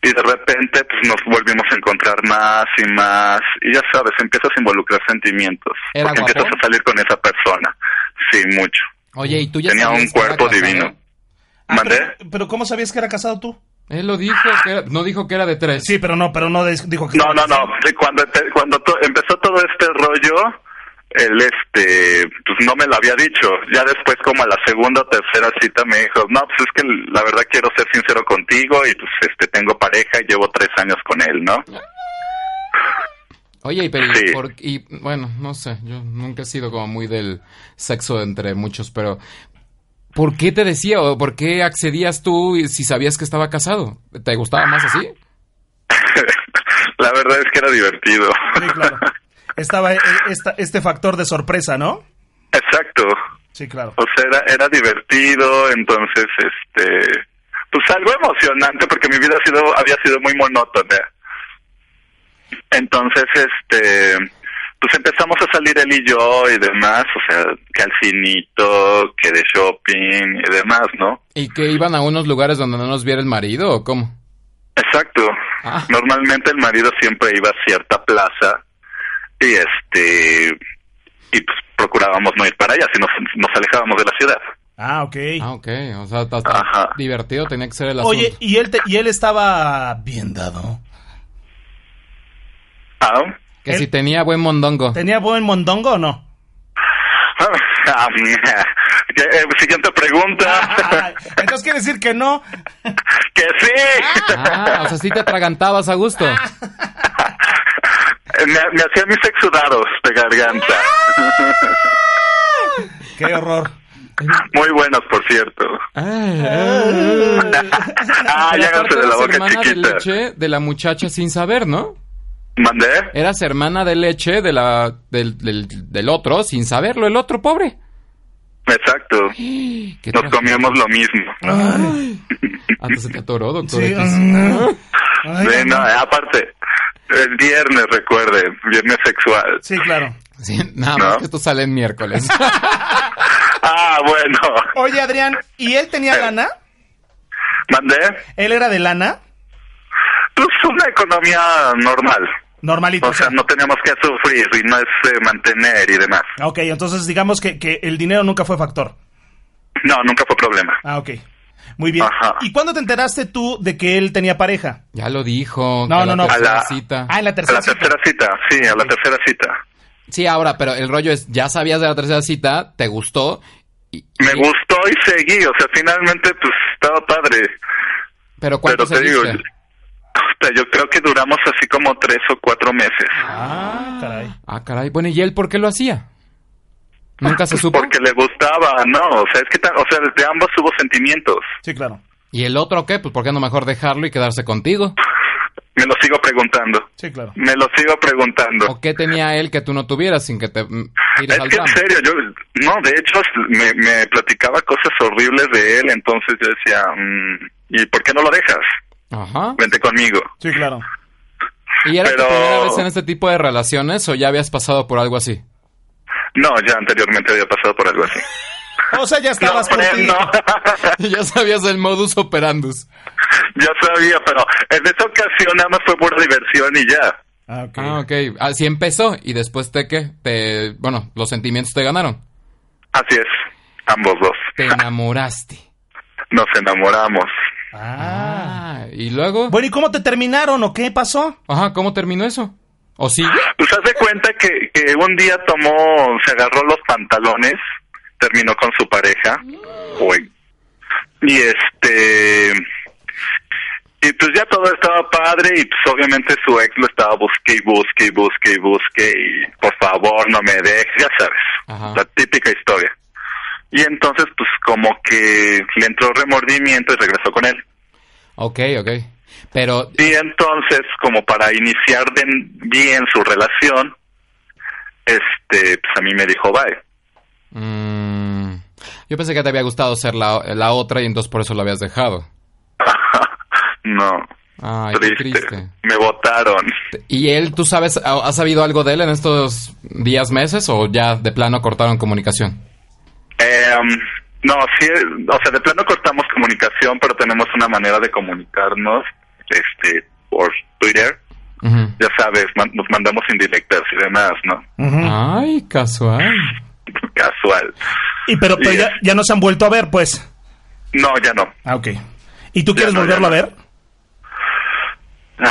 Speaker 8: Y de repente, pues nos volvimos a encontrar más y más. Y ya sabes, empiezas a involucrar sentimientos.
Speaker 3: ¿Era
Speaker 8: porque
Speaker 3: guapo?
Speaker 8: empiezas a salir con esa persona. Sí, mucho.
Speaker 3: Oye, y tú ya
Speaker 8: Tenía
Speaker 3: sabías
Speaker 8: un
Speaker 3: que era ¿eh?
Speaker 8: cuerpo
Speaker 3: casado?
Speaker 8: divino.
Speaker 2: Ah,
Speaker 8: ¿Mandé?
Speaker 2: pero, pero ¿cómo sabías que era casado tú?
Speaker 3: Él lo dijo, que era- no dijo que era de tres.
Speaker 2: Sí, pero no, pero no des- dijo que.
Speaker 8: No, no, no. Sí, Cuando, te- cuando to- empezó todo este rollo, él, este, pues no me lo había dicho. Ya después, como a la segunda o tercera cita, me dijo, no, pues es que la verdad quiero ser sincero contigo y pues, este, tengo pareja y llevo tres años con él, ¿no?
Speaker 3: Oye, y, pero, y
Speaker 8: Sí.
Speaker 3: por- y, bueno, no sé, yo nunca he sido como muy del sexo entre muchos, pero ¿por qué te decía o por qué accedías tú y- si sabías que estaba casado? ¿Te gustaba más así?
Speaker 8: <laughs> la verdad es que era divertido.
Speaker 2: Sí, claro. Estaba eh, esta- este factor de sorpresa, ¿no?
Speaker 8: Exacto.
Speaker 2: Sí, claro.
Speaker 8: O sea, era, era divertido, entonces, este, pues algo emocionante porque mi vida ha sido, había sido muy monótona. Entonces, este, pues empezamos a salir él y yo y demás, o sea, que al cinito, que de shopping y demás, ¿no?
Speaker 3: ¿Y que iban a unos lugares donde no nos viera el marido o cómo?
Speaker 8: Exacto.
Speaker 3: Ah.
Speaker 8: Normalmente el marido siempre iba a cierta plaza y este, y pues procurábamos no ir para allá, si nos, nos alejábamos de la ciudad.
Speaker 2: Ah, ok.
Speaker 3: Ah, ok, o sea, hasta
Speaker 8: Ajá.
Speaker 3: divertido tenía que ser el asunto.
Speaker 2: Oye, y él, te- y él estaba
Speaker 9: Bien
Speaker 2: bien.
Speaker 9: dado.
Speaker 8: Ah,
Speaker 3: que
Speaker 2: él-
Speaker 3: si tenía buen mondongo.
Speaker 2: ¿Tenía buen mondongo o no?
Speaker 8: <laughs> Ah, mira. Ya, eh, siguiente
Speaker 2: Ah,
Speaker 8: pregunta.
Speaker 2: Entonces quiere decir que no.
Speaker 8: <laughs> que sí.
Speaker 3: Ah, o sea, sí te atragantabas a gusto.
Speaker 8: <laughs> Me, me hacía mis exudados de garganta.
Speaker 2: Qué horror.
Speaker 8: Muy buenos, por cierto.
Speaker 3: Ah,
Speaker 8: <laughs> ah, ya háganse de la
Speaker 3: Eras
Speaker 8: boca
Speaker 3: hermana de
Speaker 8: chiquita.
Speaker 3: leche de la muchacha sin saber, ¿no?
Speaker 8: ¿Mandé?
Speaker 3: Eras hermana de leche de la, del, del, del otro sin saberlo, el otro pobre.
Speaker 8: Exacto.
Speaker 3: ¿Qué
Speaker 8: Nos
Speaker 3: tra-
Speaker 8: comíamos lo mismo.
Speaker 3: Ah, pues se te atoró, doctor.
Speaker 2: Sí,
Speaker 3: X.
Speaker 2: mm. Ay,
Speaker 8: Sí, no, aparte, el viernes, recuerde, viernes sexual.
Speaker 2: Sí, claro.
Speaker 3: Sí, nada más
Speaker 8: No.
Speaker 3: que esto sale en
Speaker 2: <laughs>
Speaker 3: miércoles.
Speaker 8: Ah, bueno.
Speaker 2: Oye, Adrián, ¿y él tenía lana?
Speaker 8: ¿Mandé?
Speaker 2: ¿Él era de lana?
Speaker 8: Pues una economía normal.
Speaker 2: Normalito.
Speaker 8: O sea, no teníamos que sufrir y no es eh, mantener y demás.
Speaker 2: Ok, entonces digamos que, que el dinero nunca fue factor.
Speaker 8: No, nunca fue problema.
Speaker 2: Ah, ok. Muy bien.
Speaker 8: Ajá.
Speaker 2: ¿Y cuándo te enteraste tú de que él tenía pareja?
Speaker 3: ya lo dijo.
Speaker 2: No,
Speaker 3: que la
Speaker 2: no, no.
Speaker 3: tercera
Speaker 8: A la-
Speaker 3: cita.
Speaker 2: Ah, en la
Speaker 8: A
Speaker 2: tercera.
Speaker 8: la
Speaker 2: cita.
Speaker 8: tercera cita, sí, a la tercera cita.
Speaker 3: Sí, ahora, pero el rollo es, ya sabías de la tercera cita, te gustó. y-
Speaker 8: Me
Speaker 3: y-
Speaker 8: gustó y seguí, o sea, finalmente pues estaba padre.
Speaker 3: Pero ¿cuánto
Speaker 8: Pero te digo,
Speaker 3: seguiste?
Speaker 8: hasta yo creo que duramos así como tres o cuatro meses.
Speaker 2: Ah, caray.
Speaker 3: Ah, caray. Bueno, ¿y él por qué lo hacía? Nunca se supo.
Speaker 8: Pues Porque le gustaba, no, o sea, es que, ta- o sea, de ambos hubo sentimientos.
Speaker 2: Sí, claro.
Speaker 3: ¿Y el otro qué? Pues ¿por qué no mejor dejarlo y
Speaker 8: <laughs>
Speaker 3: quedarse contigo?
Speaker 8: Me lo sigo preguntando.
Speaker 2: Sí, claro.
Speaker 8: Me lo sigo preguntando.
Speaker 3: ¿O qué tenía él que tú no tuvieras sin que te mm, tires
Speaker 8: Es
Speaker 3: al
Speaker 8: que en
Speaker 3: drama?
Speaker 8: serio, yo, no, de hecho, me, me platicaba cosas horribles de él, entonces yo decía, "Mm, ¿y por qué no lo dejas?
Speaker 3: Ajá.
Speaker 8: Vente conmigo.
Speaker 2: Sí, claro.
Speaker 3: ¿Y era tu
Speaker 8: pero-
Speaker 3: primera vez en este tipo de relaciones o ya habías pasado por
Speaker 8: <laughs>
Speaker 3: algo así? <laughs>
Speaker 8: No, ya anteriormente había pasado por algo así.
Speaker 2: O sea, ya
Speaker 8: No,
Speaker 2: estabas
Speaker 8: Fred,
Speaker 2: contigo.
Speaker 8: no. <laughs>
Speaker 3: ya sabías del modus operandus.
Speaker 8: ya sabía, pero en esta ocasión nada más fue pura diversión y ya.
Speaker 2: Ah, ok.
Speaker 3: Ah, ok. Así empezó y después te qué? Te, bueno, los sentimientos te ganaron.
Speaker 8: Así es, ambos dos.
Speaker 3: Te enamoraste.
Speaker 8: Nos enamoramos.
Speaker 2: Ah.
Speaker 3: Ah, y luego.
Speaker 2: Bueno, ¿y cómo te terminaron o qué pasó?
Speaker 3: Ajá, ¿cómo terminó eso? ¿O sigue?
Speaker 8: Pues haz de cuenta que, que un día tomó, se agarró los pantalones, terminó con su pareja, uy, y este, y pues ya todo estaba padre y pues obviamente su ex lo estaba busque y busque y busque y busque y por favor no me dejes, ya sabes,
Speaker 3: Ajá.
Speaker 8: la típica historia. Y entonces pues como que le entró remordimiento y regresó con él.
Speaker 3: Ok, ok. Pero
Speaker 8: Y entonces, como para iniciar de- bien su relación, este, pues a mí me dijo, bye. <laughs>
Speaker 3: Mm, yo pensé que te había gustado ser la, la otra y entonces por eso lo habías dejado.
Speaker 8: no,
Speaker 3: Ay, qué
Speaker 8: triste.
Speaker 3: triste.
Speaker 8: Me votaron.
Speaker 3: ¿Y él, tú sabes, ha- has sabido algo de él en estos días, meses o ya de plano cortaron comunicación?
Speaker 8: Em, no, sí, o sea, de plano cortamos comunicación, pero tenemos una manera de comunicarnos, este, por Twitter.
Speaker 3: Ujú.
Speaker 8: Ya sabes, man- nos mandamos indirectas y demás, ¿no?
Speaker 3: Ay, casual. Mm.
Speaker 8: Casual.
Speaker 2: Y pero, pero
Speaker 8: Y-
Speaker 2: ya, ya no se han vuelto a ver, pues.
Speaker 8: No, ya no.
Speaker 2: Ah, ok. ¿Y tú
Speaker 8: Ya
Speaker 2: quieres
Speaker 8: no, ya
Speaker 2: volverlo
Speaker 8: no.
Speaker 2: a ver?
Speaker 8: Ah,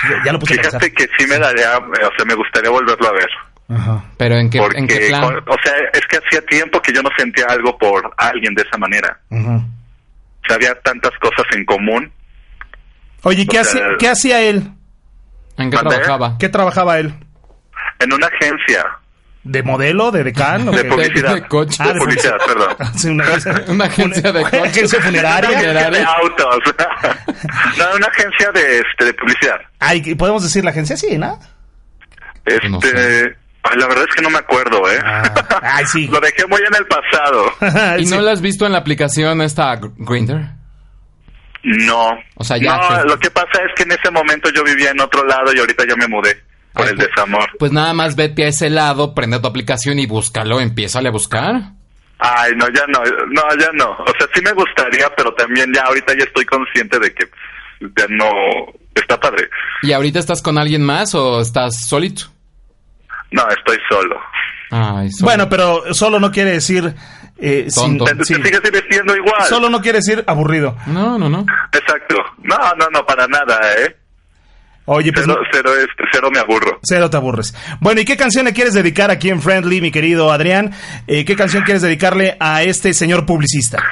Speaker 3: Pues
Speaker 2: Ya, ya lo puse a pensar.
Speaker 8: Fíjate que sí me daría, o sea, me gustaría volverlo a ver.
Speaker 2: Ajá.
Speaker 3: ¿Pero en qué,
Speaker 8: Porque,
Speaker 3: en qué plan?
Speaker 8: con- o sea, es que hacía tiempo que yo no sentía algo por alguien de esa manera.
Speaker 2: Ajá.
Speaker 8: O sea, había tantas cosas en común.
Speaker 2: Oye, ¿y ¿qué,
Speaker 8: O
Speaker 2: hacía,
Speaker 8: sea-
Speaker 2: ¿qué hacía él?
Speaker 3: ¿En qué
Speaker 8: ¿Mandé?
Speaker 3: trabajaba?
Speaker 2: ¿Qué trabajaba él?
Speaker 8: En una agencia
Speaker 2: ¿De modelo? ¿De decano?
Speaker 8: de
Speaker 2: <laughs>
Speaker 8: publicidad.
Speaker 3: de coche.
Speaker 2: Ah,
Speaker 8: De
Speaker 2: de
Speaker 8: publicidad, perdón. <laughs>
Speaker 2: una,
Speaker 3: Una agencia de
Speaker 2: <laughs> una agencia
Speaker 3: coches.
Speaker 2: funeraria.
Speaker 8: Agencia de
Speaker 3: <laughs> Funeraria.
Speaker 8: autos. <laughs> no, en una agencia de, este, de publicidad.
Speaker 2: Ay, ¿podemos decir la agencia?
Speaker 8: <laughs>
Speaker 2: Sí, ¿no?
Speaker 8: Este,
Speaker 3: No sé.
Speaker 8: ay, la verdad es que no me acuerdo, ¿eh?
Speaker 2: Ah, ay, sí.
Speaker 8: <laughs>
Speaker 2: <laughs>
Speaker 8: Lo dejé muy en el pasado.
Speaker 3: ¿Y
Speaker 2: Sí.
Speaker 3: no la has visto en la aplicación esta Grinder?
Speaker 8: No.
Speaker 3: O sea, ya
Speaker 8: No,
Speaker 3: que-
Speaker 8: lo que pasa es que en ese momento yo vivía en otro lado y ahorita ya me mudé por
Speaker 3: Ay,
Speaker 8: el
Speaker 3: pues-
Speaker 8: desamor.
Speaker 3: Pues nada más vete a ese lado, prende tu aplicación y búscalo, empiézale a buscar.
Speaker 8: Ay, no, ya no, no, ya no. O sea, sí me gustaría, pero también ya ahorita ya estoy consciente de que ya no está padre.
Speaker 3: ¿Y ahorita estás con alguien más o estás solito?
Speaker 8: No, estoy solo.
Speaker 3: Ay, solo.
Speaker 2: Bueno, pero solo no quiere decir... eh, sin-
Speaker 3: Tonto.
Speaker 8: Te, te
Speaker 2: sí.
Speaker 8: sigues divirtiendo igual.
Speaker 2: Solo no quiere decir aburrido.
Speaker 3: No, no, no.
Speaker 8: Exacto. No, no, no, para nada, ¿eh?
Speaker 2: Oye, pues
Speaker 8: Cero, cero, este, cero me aburro.
Speaker 2: cero te aburres. Bueno, ¿y qué canción le quieres dedicar aquí en Friendly, mi querido Adrián? Eh, ¿Qué canción quieres dedicarle a este señor publicista?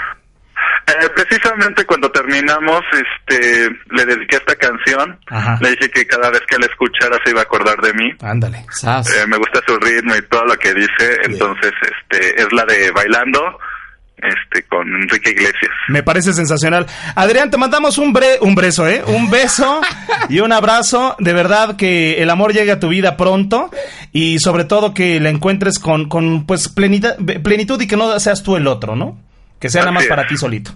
Speaker 8: Eh, precisamente cuando terminamos, este, le dediqué esta canción.
Speaker 2: Ajá.
Speaker 8: Le dije que cada vez que la escuchara se iba a acordar de mí.
Speaker 2: Ándale.
Speaker 3: Sas.
Speaker 8: Eh, me gusta su ritmo y todo lo que dice. Entonces, este, es la de bailando, este, con Enrique Iglesias.
Speaker 2: Me parece sensacional. Adrián, te mandamos un bre un beso, ¿eh? Un beso y un abrazo. De verdad que el amor llegue a tu vida pronto y sobre todo que la encuentres con, con pues plenita- plenitud y que no seas tú el otro, ¿no? Que sea nada más
Speaker 8: Así es.
Speaker 2: para ti solito.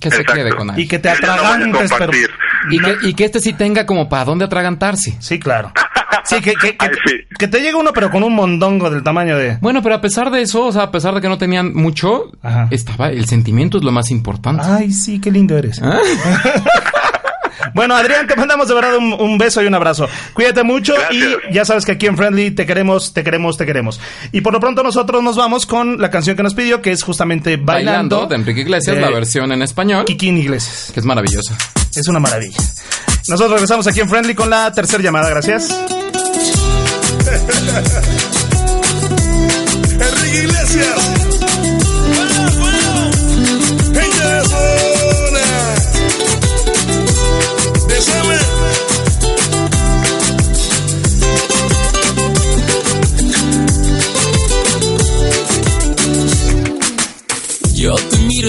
Speaker 3: Que se
Speaker 8: Exacto.
Speaker 3: quede con
Speaker 2: Y
Speaker 3: alguien.
Speaker 2: que te
Speaker 8: Que ya no vaya a
Speaker 2: atragantes, pero
Speaker 8: compartir.
Speaker 3: Y que, y que este sí tenga como para dónde atragantarse.
Speaker 2: Sí, claro. Sí, que, que, que-
Speaker 8: <laughs> Ay, sí.
Speaker 2: que te llegue uno, pero con un mondongo del tamaño de.
Speaker 3: Bueno, pero a pesar de eso, o sea, a pesar de que no tenían mucho,
Speaker 2: Ajá. Ah,
Speaker 3: estaba el sentimiento es lo más importante.
Speaker 2: Ay, sí, qué lindo eres.
Speaker 3: ¿Ah?
Speaker 2: <laughs> Bueno, Adrián, te mandamos de verdad un, un beso y un abrazo. Cuídate mucho
Speaker 8: Gracias.
Speaker 2: y ya sabes que aquí en Friendly te queremos, te queremos, te queremos. Y por lo pronto nosotros nos vamos con la canción que nos pidió, que es justamente Bailando,
Speaker 3: Bailando de Enrique Iglesias,
Speaker 2: de
Speaker 3: la versión en español, que
Speaker 2: Kikín Iglesias.
Speaker 3: es maravillosa.
Speaker 2: Es una maravilla. Nosotros regresamos aquí en Friendly con la tercera llamada, gracias.
Speaker 7: Enrique Iglesias. ¡Vamos, vamos! Gente de zona. Deseame.
Speaker 4: Yo te miro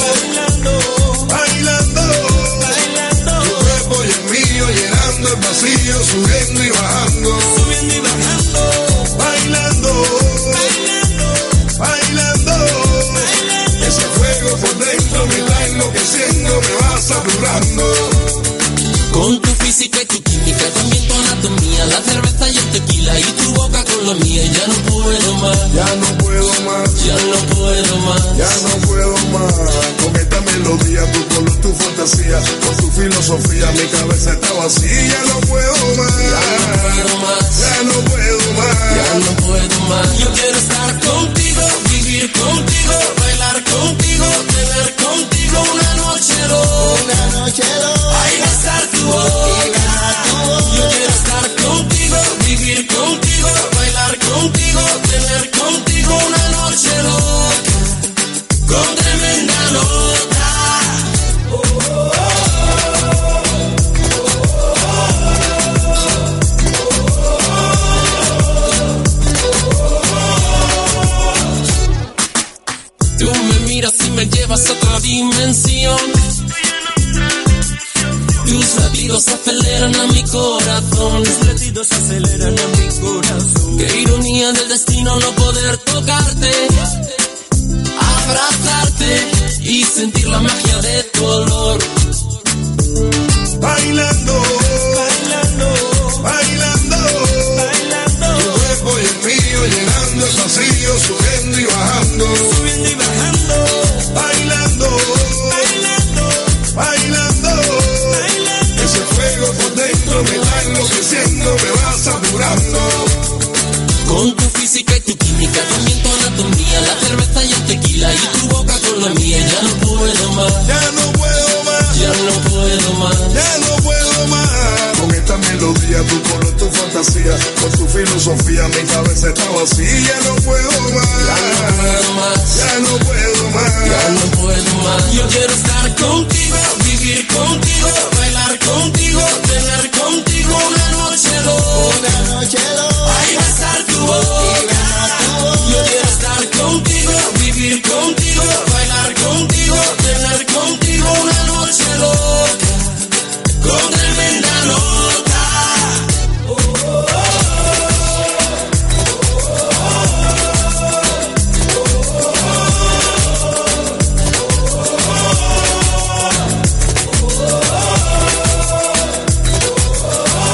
Speaker 7: Bailando. Bailando. Bailando. Tu cuerpo y el mío llenando el vacío, subiendo y bajando. Subiendo y bajando. Bailando. Bailando. Bailando. Ese fuego por dentro me va enloqueciendo, me va saturando.
Speaker 4: Con tu física y tu química, también tu anatomía, la cerveza y el tequila y tu boca con la mía. Ya no puedo más,
Speaker 7: Ya no puedo más,
Speaker 4: ya no puedo más.
Speaker 7: ya no puedo más. Con esta melodía, tu color, tu fantasía, con tu filosofía, mi cabeza está vacía. Ya no puedo más,
Speaker 4: puedo más.
Speaker 7: ya no puedo
Speaker 4: Ya
Speaker 7: más.
Speaker 4: no puedo más. Yo quiero estar contigo, vivir contigo, bailar contigo, tener contigo una noche loca. Ay, besar tu boca. Yo quiero estar contigo, vivir contigo, bailar contigo, tener contigo una noche loca. Con tremenda nota. Tú me miras y me llevas a otra dimensión. Tus latidos aceleran a mi corazón. Tus latidos aceleran a mi corazón. Qué ironía del destino no poder tocarte, abrazarte y sentir la magia de tu olor.
Speaker 7: Bailando, bailando, bailando, bailando. Tu cuerpo y el mío llenando el vacío, subiendo y bajando, subiendo y bajando. Bailando, bailando, bailando, bailando. Ese fuego por dentro me va enloqueciendo, me va saturando.
Speaker 4: Con tu física y tu química, también tu anatomía, la cerveza y el tequila y tu boca con la mía. Ya no puedo más,
Speaker 7: Ya no puedo más,
Speaker 4: ya no puedo más.
Speaker 7: ya no puedo más. Con esta melodía, tu color, tu fantasía, con tu filosofía, mi cabeza está vacía. Ya no puedo más,
Speaker 4: puedo más.
Speaker 7: ya no puedo
Speaker 4: Ya
Speaker 7: más.
Speaker 4: no puedo más. Yo quiero estar contigo, vivir contigo, bailar contigo, tener contigo una noche loca. Ay, besar tu boca. Yo quiero estar contigo, vivir contigo, bailar contigo, tener contigo una noche loca. Con tremenda nota.
Speaker 7: Bailando,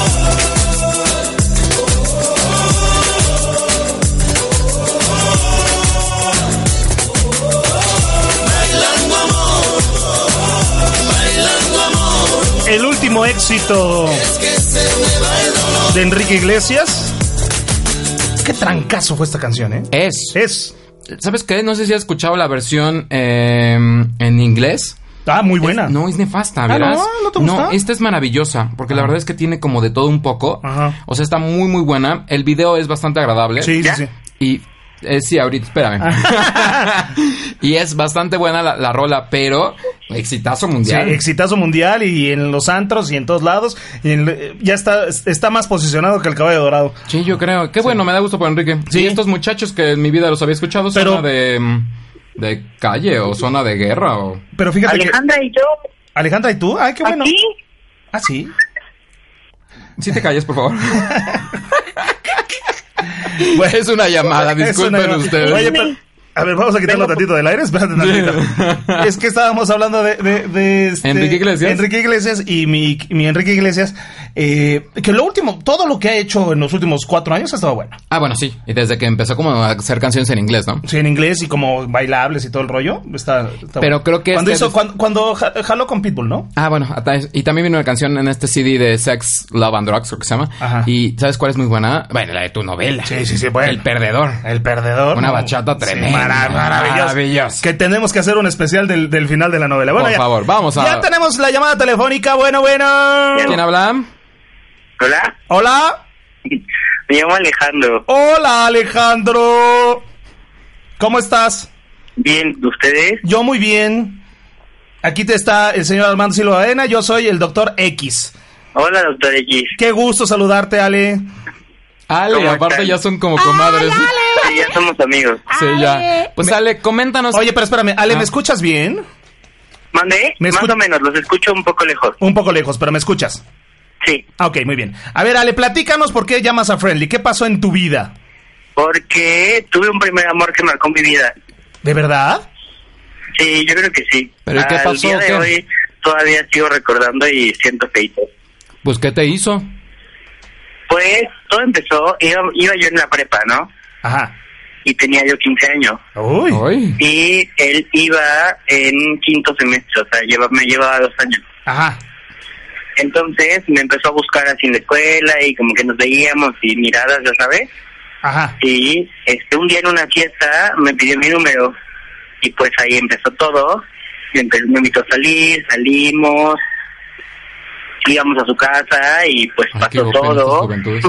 Speaker 7: bailando, bailando,
Speaker 2: último éxito de Enrique Iglesias. Qué trancazo fue esta canción, ¿eh?
Speaker 3: Es.
Speaker 2: Es.
Speaker 3: ¿Sabes qué? No sé si has escuchado la versión eh, en inglés.
Speaker 2: Ah, muy buena.
Speaker 3: No, es nefasta,
Speaker 2: Ah,
Speaker 3: ¿verás?
Speaker 2: ¿no? ¿No te gusta? Ah.
Speaker 3: esta es maravillosa, porque la verdad es que tiene como de todo un poco.
Speaker 2: Ajá.
Speaker 3: O sea, está muy, muy buena. El video es bastante agradable.
Speaker 2: Sí, sí,
Speaker 10: ¿Ya?
Speaker 2: sí.
Speaker 3: Y eh, sí, ahorita,
Speaker 2: <laughs>
Speaker 3: espérame. y es bastante buena la, la rola, pero exitazo
Speaker 2: Sí,
Speaker 3: mundial.
Speaker 2: exitazo mundial y en los antros y en todos lados. Y en- eh, ya está, está más posicionado que el caballo dorado.
Speaker 3: Sí, yo creo. Qué bueno, me da gusto por Enrique.
Speaker 2: Sí.
Speaker 3: Sí, estos muchachos que en mi vida los había escuchado son
Speaker 2: Pero-
Speaker 3: de, mm, de calle o zona de guerra o...
Speaker 2: Pero fíjate que.
Speaker 11: Alejandra y yo,
Speaker 2: Alejandra, ¿y tú? Ay, qué bueno.
Speaker 11: aquí,
Speaker 2: Ah, sí.
Speaker 3: Sí te calles, por
Speaker 2: <laughs>
Speaker 3: favor. Bueno, es una llamada,
Speaker 2: Es
Speaker 3: Ah, disculpen
Speaker 2: una-
Speaker 3: ustedes.
Speaker 2: Oye, pero- a ver, vamos a quitarlo tantito del aire. Espérate tantito.
Speaker 3: <laughs>
Speaker 2: es que estábamos hablando de... de- de, este,
Speaker 3: Enrique Iglesias.
Speaker 2: Enrique Iglesias y mi, mi Enrique Iglesias. eh, que lo último, todo lo que ha hecho en los últimos cuatro años ha estado bueno.
Speaker 3: Ah, bueno, sí. Y desde que empezó como a hacer canciones en inglés, ¿no?
Speaker 2: Sí, en inglés y como bailables y todo el rollo. Está, está
Speaker 3: Pero
Speaker 2: bueno.
Speaker 3: creo que
Speaker 2: Cuando,
Speaker 3: este-
Speaker 2: hizo, cuando, cuando ja- jaló con Pitbull, ¿no?
Speaker 3: Ah, bueno, ata- y también vino una canción en este CD de Sex, Love and Drugs, creo que se llama.
Speaker 2: Ajá.
Speaker 3: Y ¿sabes cuál es muy buena? Bueno, la de tu novela.
Speaker 2: Sí, sí, sí, bueno.
Speaker 3: El perdedor.
Speaker 2: El perdedor.
Speaker 3: Una
Speaker 2: ¿no?
Speaker 3: bachata tremenda.
Speaker 2: marav- maravilloso.
Speaker 3: Maravilloso.
Speaker 2: Que tenemos que hacer un especial del, del final de la novela. Bueno,
Speaker 3: Por
Speaker 2: ya-
Speaker 3: favor, vamos a-
Speaker 2: Ya tenemos la llamada telefónica. Bueno, bueno.
Speaker 3: ¿Quién habla?
Speaker 10: Hola,
Speaker 2: Hola.
Speaker 10: me llamo Alejandro.
Speaker 2: Hola, Alejandro. ¿Cómo estás?
Speaker 10: Bien, ¿ustedes?
Speaker 2: Yo muy bien. Aquí te está el señor Armando Silva Baena. Yo soy el doctor X.
Speaker 10: Hola, doctor X.
Speaker 2: Qué gusto saludarte, Ale.
Speaker 3: Ale,
Speaker 10: ¿Cómo
Speaker 3: aparte
Speaker 10: están?
Speaker 3: ya son como comadres.
Speaker 10: Sí, ya somos amigos.
Speaker 3: Sí, ya. Pues Ale, coméntanos.
Speaker 2: Oye, pero espérame, Ale,
Speaker 3: Ah.
Speaker 2: ¿me escuchas bien?
Speaker 10: ¿Mandé?
Speaker 2: Me
Speaker 10: Más
Speaker 2: escu-
Speaker 10: o menos, los escucho un poco lejos.
Speaker 2: Un poco lejos, pero ¿me escuchas?
Speaker 10: Sí,
Speaker 2: Ah, ok, muy bien. A ver, Ale, platícanos por qué llamas a Friendly. ¿Qué pasó en tu vida?
Speaker 10: porque tuve un primer amor que marcó mi vida.
Speaker 2: ¿De verdad?
Speaker 10: Sí, yo creo que sí.
Speaker 3: ¿Pero y qué
Speaker 10: Al
Speaker 3: pasó,
Speaker 10: día de
Speaker 3: qué?
Speaker 10: hoy todavía sigo recordando y siento feito.
Speaker 3: pues ¿qué te hizo?
Speaker 10: Pues todo empezó, iba, iba yo en la prepa, ¿no?
Speaker 2: Ajá.
Speaker 10: Y tenía yo 15 años.
Speaker 2: Uy.
Speaker 3: Ay.
Speaker 10: Y él iba en quinto semestre, o sea, lleva, me llevaba dos años.
Speaker 2: Ajá.
Speaker 10: Entonces me empezó a buscar así en la escuela y como que nos veíamos y miradas, ya sabes.
Speaker 2: Ajá.
Speaker 10: Y este, un día en una fiesta me pidió mi número y pues ahí empezó todo. Me, empe- me invitó a salir, salimos, íbamos a su casa y pues
Speaker 3: Ay, qué
Speaker 10: pasó
Speaker 3: golpe en estas
Speaker 10: todo.
Speaker 3: juventudes.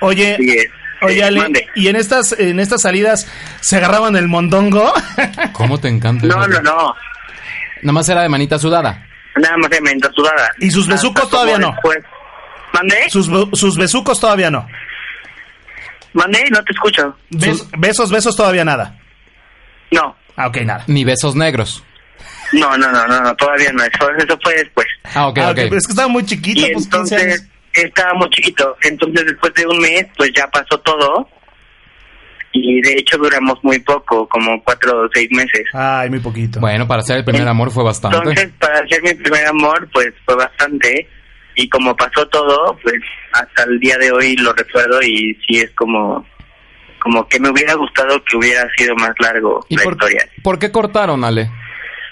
Speaker 2: Oye,
Speaker 10: Sí, es.
Speaker 2: oye,
Speaker 10: Eh,
Speaker 2: Ale,
Speaker 10: mande.
Speaker 2: ¿y en estas, en estas salidas se agarraban el mondongo? <laughs>
Speaker 3: ¿Cómo te encanta?
Speaker 10: No,
Speaker 3: eso?
Speaker 10: no, no.
Speaker 3: Nada más era de manita sudada.
Speaker 10: Nada más de menta sudada.
Speaker 2: ¿Y sus besucos
Speaker 10: Hasta
Speaker 2: todavía
Speaker 10: como
Speaker 2: no?
Speaker 10: después. ¿Mandé?
Speaker 2: sus, be- sus besucos todavía no.
Speaker 10: ¿Mandé? No te escucho.
Speaker 2: Bes- besos, besos todavía nada.
Speaker 10: No.
Speaker 2: Ah, ok, nada.
Speaker 3: Ni besos negros.
Speaker 10: No, no, no, no, no, todavía no. Eso, eso fue después.
Speaker 3: Ah, ok,
Speaker 2: Ah,
Speaker 3: ok.
Speaker 2: ok, pero Es que estaba muy chiquito,
Speaker 10: Y
Speaker 2: pues 15
Speaker 10: entonces
Speaker 2: años.
Speaker 10: estábamos chiquitos. Entonces después de un mes, pues ya pasó todo. Y de hecho duramos muy poco, como cuatro o seis meses.
Speaker 2: Ay, muy poquito.
Speaker 3: Bueno, para ser el primer amor fue bastante.
Speaker 10: Eh, Entonces para hacer mi primer amor, pues fue bastante. Y como pasó todo, pues hasta el día de hoy lo recuerdo y sí es como como que me hubiera gustado que hubiera sido más largo
Speaker 3: ¿Y
Speaker 10: la
Speaker 3: por,
Speaker 10: historia.
Speaker 3: por qué cortaron, Ale?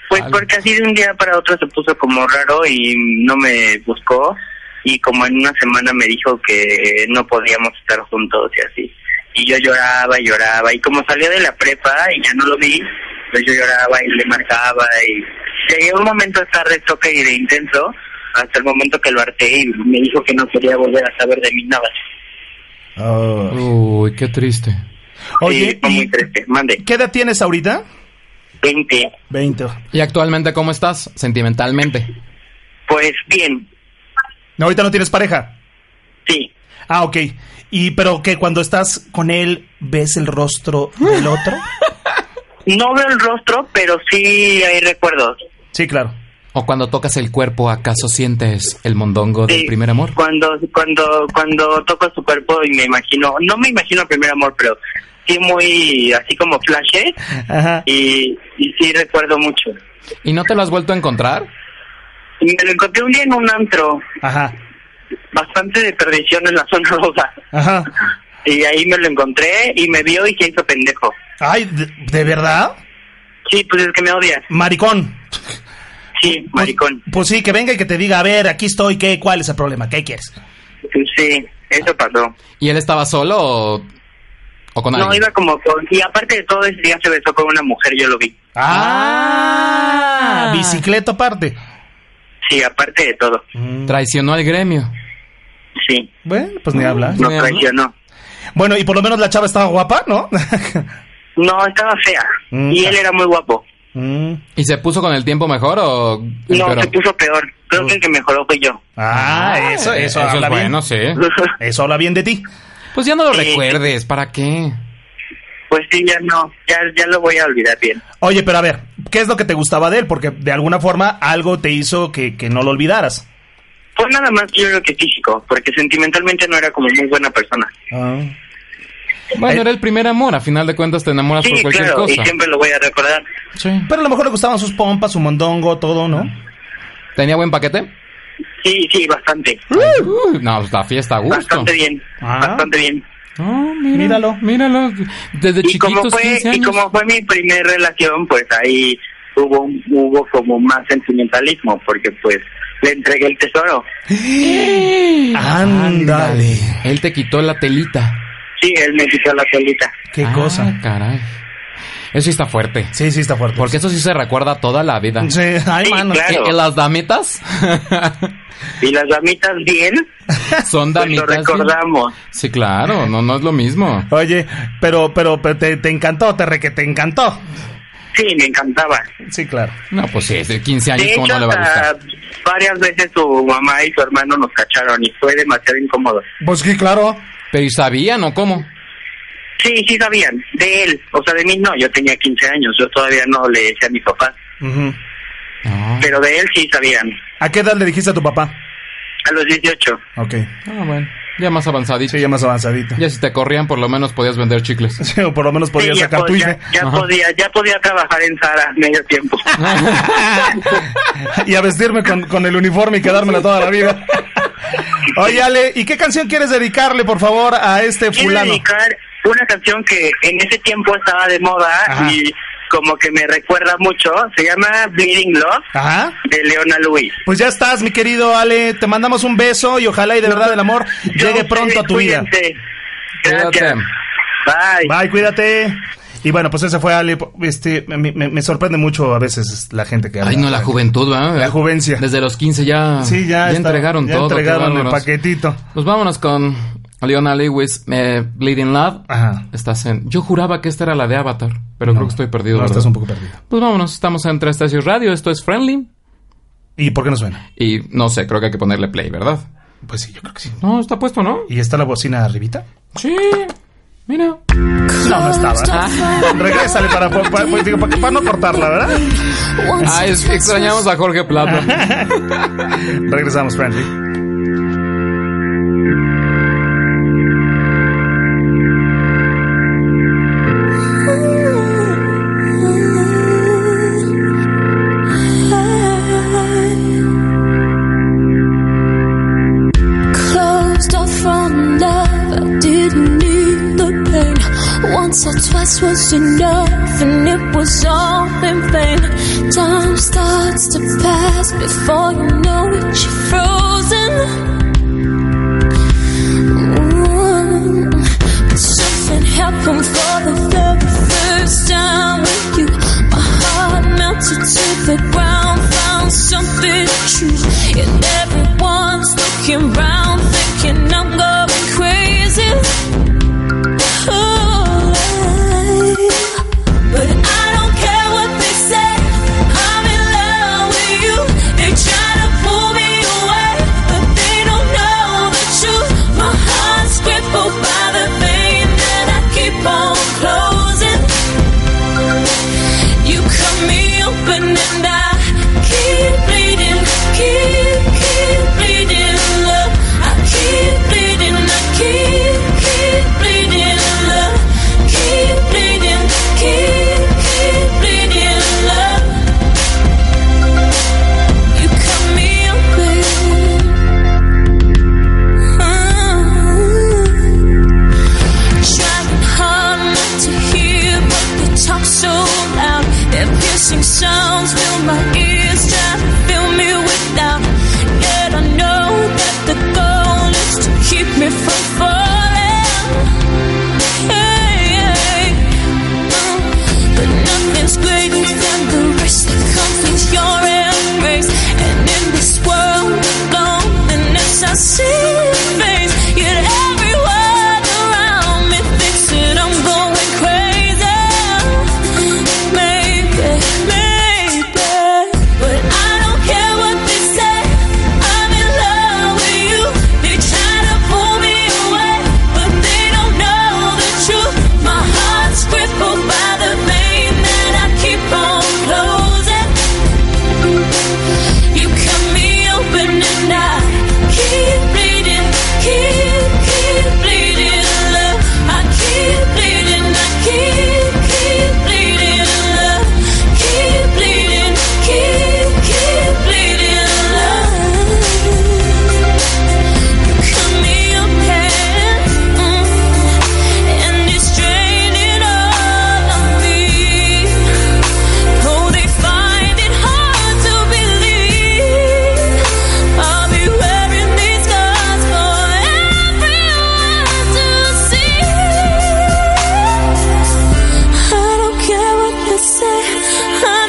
Speaker 10: Pues
Speaker 3: Algo.
Speaker 10: porque así de un día para otro se puso como raro y no me buscó y como en una semana me dijo que no podíamos estar juntos y así. Y yo lloraba y lloraba y como salió de la prepa y ya no lo vi, pues yo lloraba y le marcaba y llegué un momento de estar de choque y de intenso hasta el momento que lo harté y me dijo que no quería volver a saber de mí nada.
Speaker 3: Uy, qué triste.
Speaker 10: Oye,
Speaker 2: Oye,
Speaker 10: fue muy
Speaker 2: ¿y
Speaker 10: triste. Mande, <laughs>
Speaker 2: ¿qué edad tienes ahorita?
Speaker 10: 20.
Speaker 2: 20.
Speaker 3: ¿Y actualmente cómo estás? Sentimentalmente.
Speaker 10: Pues bien,
Speaker 2: No, ahorita no tienes pareja.
Speaker 10: sí.
Speaker 2: Ah, ok. ¿Y pero que cuando estás con él ves el rostro del
Speaker 10: <laughs>
Speaker 2: otro?
Speaker 10: No veo el rostro, pero sí hay recuerdos.
Speaker 2: Sí, claro.
Speaker 3: ¿O cuando tocas el cuerpo, acaso sientes el mondongo del
Speaker 10: Sí,
Speaker 3: primer amor?
Speaker 10: Cuando, cuando, cuando toco su cuerpo y me imagino, no me imagino el primer amor, pero sí muy así como flashes
Speaker 2: Ajá.
Speaker 10: y, y sí recuerdo mucho.
Speaker 3: ¿Y no te lo has vuelto a encontrar?
Speaker 10: Y me lo encontré un día en un antro,
Speaker 2: Ajá.
Speaker 10: bastante de perdición en la <laughs> zona rosa.
Speaker 2: Ajá.
Speaker 10: Y ahí me lo encontré y me vio y se hizo pendejo.
Speaker 2: Ay, ¿de, de verdad?
Speaker 10: Sí, pues es que me odia.
Speaker 2: Maricón.
Speaker 10: Sí, maricón.
Speaker 2: Pues sí, que venga y que te diga, a ver, aquí estoy, ¿qué? ¿Cuál es el problema? ¿Qué quieres?
Speaker 10: Sí, eso pasó.
Speaker 3: ¿Y él estaba solo o, o con alguien?
Speaker 10: No, iba como con... Y aparte de todo, ese día se besó con una mujer, yo lo vi.
Speaker 2: Ah, bicicleta aparte.
Speaker 10: Sí, aparte de todo.
Speaker 3: Traicionó al gremio.
Speaker 10: Sí,
Speaker 2: Bueno, pues ni hablar.
Speaker 10: nos
Speaker 3: Mira, ¿no?
Speaker 10: traicionó.
Speaker 2: Bueno, y por lo menos la chava estaba guapa, ¿no?
Speaker 10: <laughs> No, estaba fea.
Speaker 2: Mm.
Speaker 10: Y él era muy guapo.
Speaker 2: Mm.
Speaker 3: ¿Y se puso con el tiempo mejor o...?
Speaker 10: No,
Speaker 3: empeoró?
Speaker 10: se puso peor. Creo que el que mejoró fue yo.
Speaker 2: Ah, eso,
Speaker 3: eh,
Speaker 2: eso,
Speaker 3: es
Speaker 2: habla bien.
Speaker 3: bueno, sí.
Speaker 2: Eso habla bien de ti.
Speaker 3: Pues ya no lo
Speaker 10: Eh,
Speaker 3: recuerdes, ¿para qué?
Speaker 10: pues sí, ya no. Ya, ya lo voy a olvidar bien.
Speaker 2: Oye, pero a ver, ¿qué es lo que te gustaba de él? Porque de alguna forma algo te hizo que, que no lo olvidaras.
Speaker 10: Pues nada más yo creo que físico, porque sentimentalmente no era como muy buena persona.
Speaker 3: Bueno,
Speaker 2: Eh,
Speaker 3: era el primer amor, a final de cuentas te enamoras
Speaker 10: Sí,
Speaker 3: por cualquier
Speaker 10: claro,
Speaker 3: cosa.
Speaker 10: y siempre lo voy a recordar.
Speaker 3: Sí.
Speaker 2: Pero a lo mejor le gustaban sus pompas, su mondongo, todo, ¿no?
Speaker 3: ¿Tenía buen paquete?
Speaker 10: Sí, sí, bastante.
Speaker 3: Uy, no, pues la fiesta a gusto.
Speaker 10: Bastante bien,
Speaker 2: Ah.
Speaker 10: bastante bien.
Speaker 3: Ah, mira,
Speaker 2: Míralo.
Speaker 3: Míralo. Desde
Speaker 10: Y
Speaker 3: chiquitos,
Speaker 10: como fue
Speaker 3: 15
Speaker 10: y
Speaker 3: años.
Speaker 10: como fue mi primer relación, pues ahí hubo un- hubo como más sentimentalismo, porque pues le entregué el tesoro.
Speaker 2: Ándale.
Speaker 3: Él te quitó la telita.
Speaker 10: Sí, él me quitó la solita.
Speaker 2: Qué
Speaker 3: Ah,
Speaker 2: cosa.
Speaker 3: caray. Eso sí está fuerte.
Speaker 2: Sí, sí, está fuerte.
Speaker 3: Porque eso sí se recuerda toda la vida.
Speaker 2: Sí, ay,
Speaker 10: Sí,
Speaker 2: mano.
Speaker 10: claro.
Speaker 3: ¿Que- que las
Speaker 10: <laughs>
Speaker 3: damitas?
Speaker 10: Y las damitas bien,
Speaker 3: Son
Speaker 10: pues
Speaker 3: damitas.
Speaker 10: lo
Speaker 3: ¿sí?
Speaker 10: recordamos.
Speaker 3: Sí, claro. No, no es lo mismo.
Speaker 2: Oye, pero, pero, pero te, te encantó, te re que te encantó.
Speaker 10: Sí, me encantaba.
Speaker 2: Sí, claro.
Speaker 3: No, pues sí, es de 15 años,
Speaker 10: De
Speaker 3: ¿cómo
Speaker 10: hecho,
Speaker 3: no le va a
Speaker 10: hasta
Speaker 3: gustar?
Speaker 10: varias veces su mamá y su hermano nos cacharon y fue demasiado incómodo.
Speaker 2: Pues sí, claro.
Speaker 3: Pero ¿y sabían o cómo?
Speaker 10: Sí, sí sabían, de él, o sea, de mí no, yo tenía 15 años, yo todavía no le decía a mis papás,
Speaker 2: Ujú.
Speaker 3: Ah,
Speaker 10: pero de él sí sabían,
Speaker 2: ¿A qué edad le dijiste a tu papá?
Speaker 10: a los 18.
Speaker 2: Ok.
Speaker 3: ah, bueno. Ya más avanzadito.
Speaker 2: Sí, ya más avanzadito.
Speaker 3: Ya si te corrían, por lo menos podías vender chicles.
Speaker 2: <laughs> Sí, o por lo menos podía
Speaker 10: Sí, ya
Speaker 2: sacar tu
Speaker 10: podía-
Speaker 2: IFE.
Speaker 10: ya
Speaker 3: Ajá.
Speaker 10: podía, ya podía trabajar en Sara medio tiempo.
Speaker 2: <laughs> y a vestirme con, con el uniforme y quedármela toda la
Speaker 10: <laughs>
Speaker 2: vida. Oye, Ale, ¿y qué canción quieres dedicarle, por favor, a este
Speaker 10: Quiero
Speaker 2: fulano?
Speaker 10: dedicar una canción que en ese tiempo estaba de moda
Speaker 2: Ajá.
Speaker 10: y como que me recuerda mucho, se llama Bleeding Love
Speaker 2: Ajá.
Speaker 10: de Leona Luis.
Speaker 2: Pues ya estás, mi querido Ale. Te mandamos un beso y ojalá y de verdad el amor llegue pronto a tu vida.
Speaker 10: Este, Gracias.
Speaker 3: Cuídate.
Speaker 10: Bye.
Speaker 2: Bye, cuídate. Y bueno, pues ese fue Ale. Este, me, me- me sorprende mucho a veces la gente que habla.
Speaker 3: Ay, no, la juventud, ¿verdad?
Speaker 2: La juvencia.
Speaker 3: Desde los 15 ya,
Speaker 2: Sí, ya, está-
Speaker 3: entregaron
Speaker 2: ya
Speaker 3: todo. qué
Speaker 2: entregaron el
Speaker 3: bárbaros.
Speaker 2: paquetito.
Speaker 3: Pues vámonos con Leona Lewis, eh, Bleeding Love.
Speaker 2: Ajá.
Speaker 3: Estás en... Yo juraba que esta era la de Avatar, pero creo que estoy perdido,
Speaker 2: No,
Speaker 3: ¿verdad?
Speaker 2: estás un poco perdido.
Speaker 3: Pues vámonos, estamos en Tres Estacios Radio, esto es Friendly.
Speaker 2: ¿Y por qué no suena?
Speaker 3: Y no sé, creo que hay que ponerle play, ¿verdad?
Speaker 2: Pues sí, yo creo que sí.
Speaker 3: No, está puesto, ¿no?
Speaker 2: ¿Y está la bocina arribita?
Speaker 3: Sí. Mira.
Speaker 2: No, no estaba. <laughs> Regrésale para, para, para- digo, para- para no cortarla, ¿verdad?
Speaker 3: Ah, es- extrañamos a Jorge
Speaker 2: <laughs>
Speaker 3: Plata.
Speaker 2: Regresamos, Friendly.
Speaker 12: Closed off from love, I didn't need the pain. Once or twice was enough, and it was all in vain. Time starts to pass before you know it, you're frozen. Ooh. But Something happened for the very first time with you. My heart melted to the ground, found something true. And everyone's looking round, thinking I'm going crazy. Oh, but I don't care what they say. I'm in love with you. They try to pull me away, but they don't.
Speaker 13: Uh-huh. mm, Oh,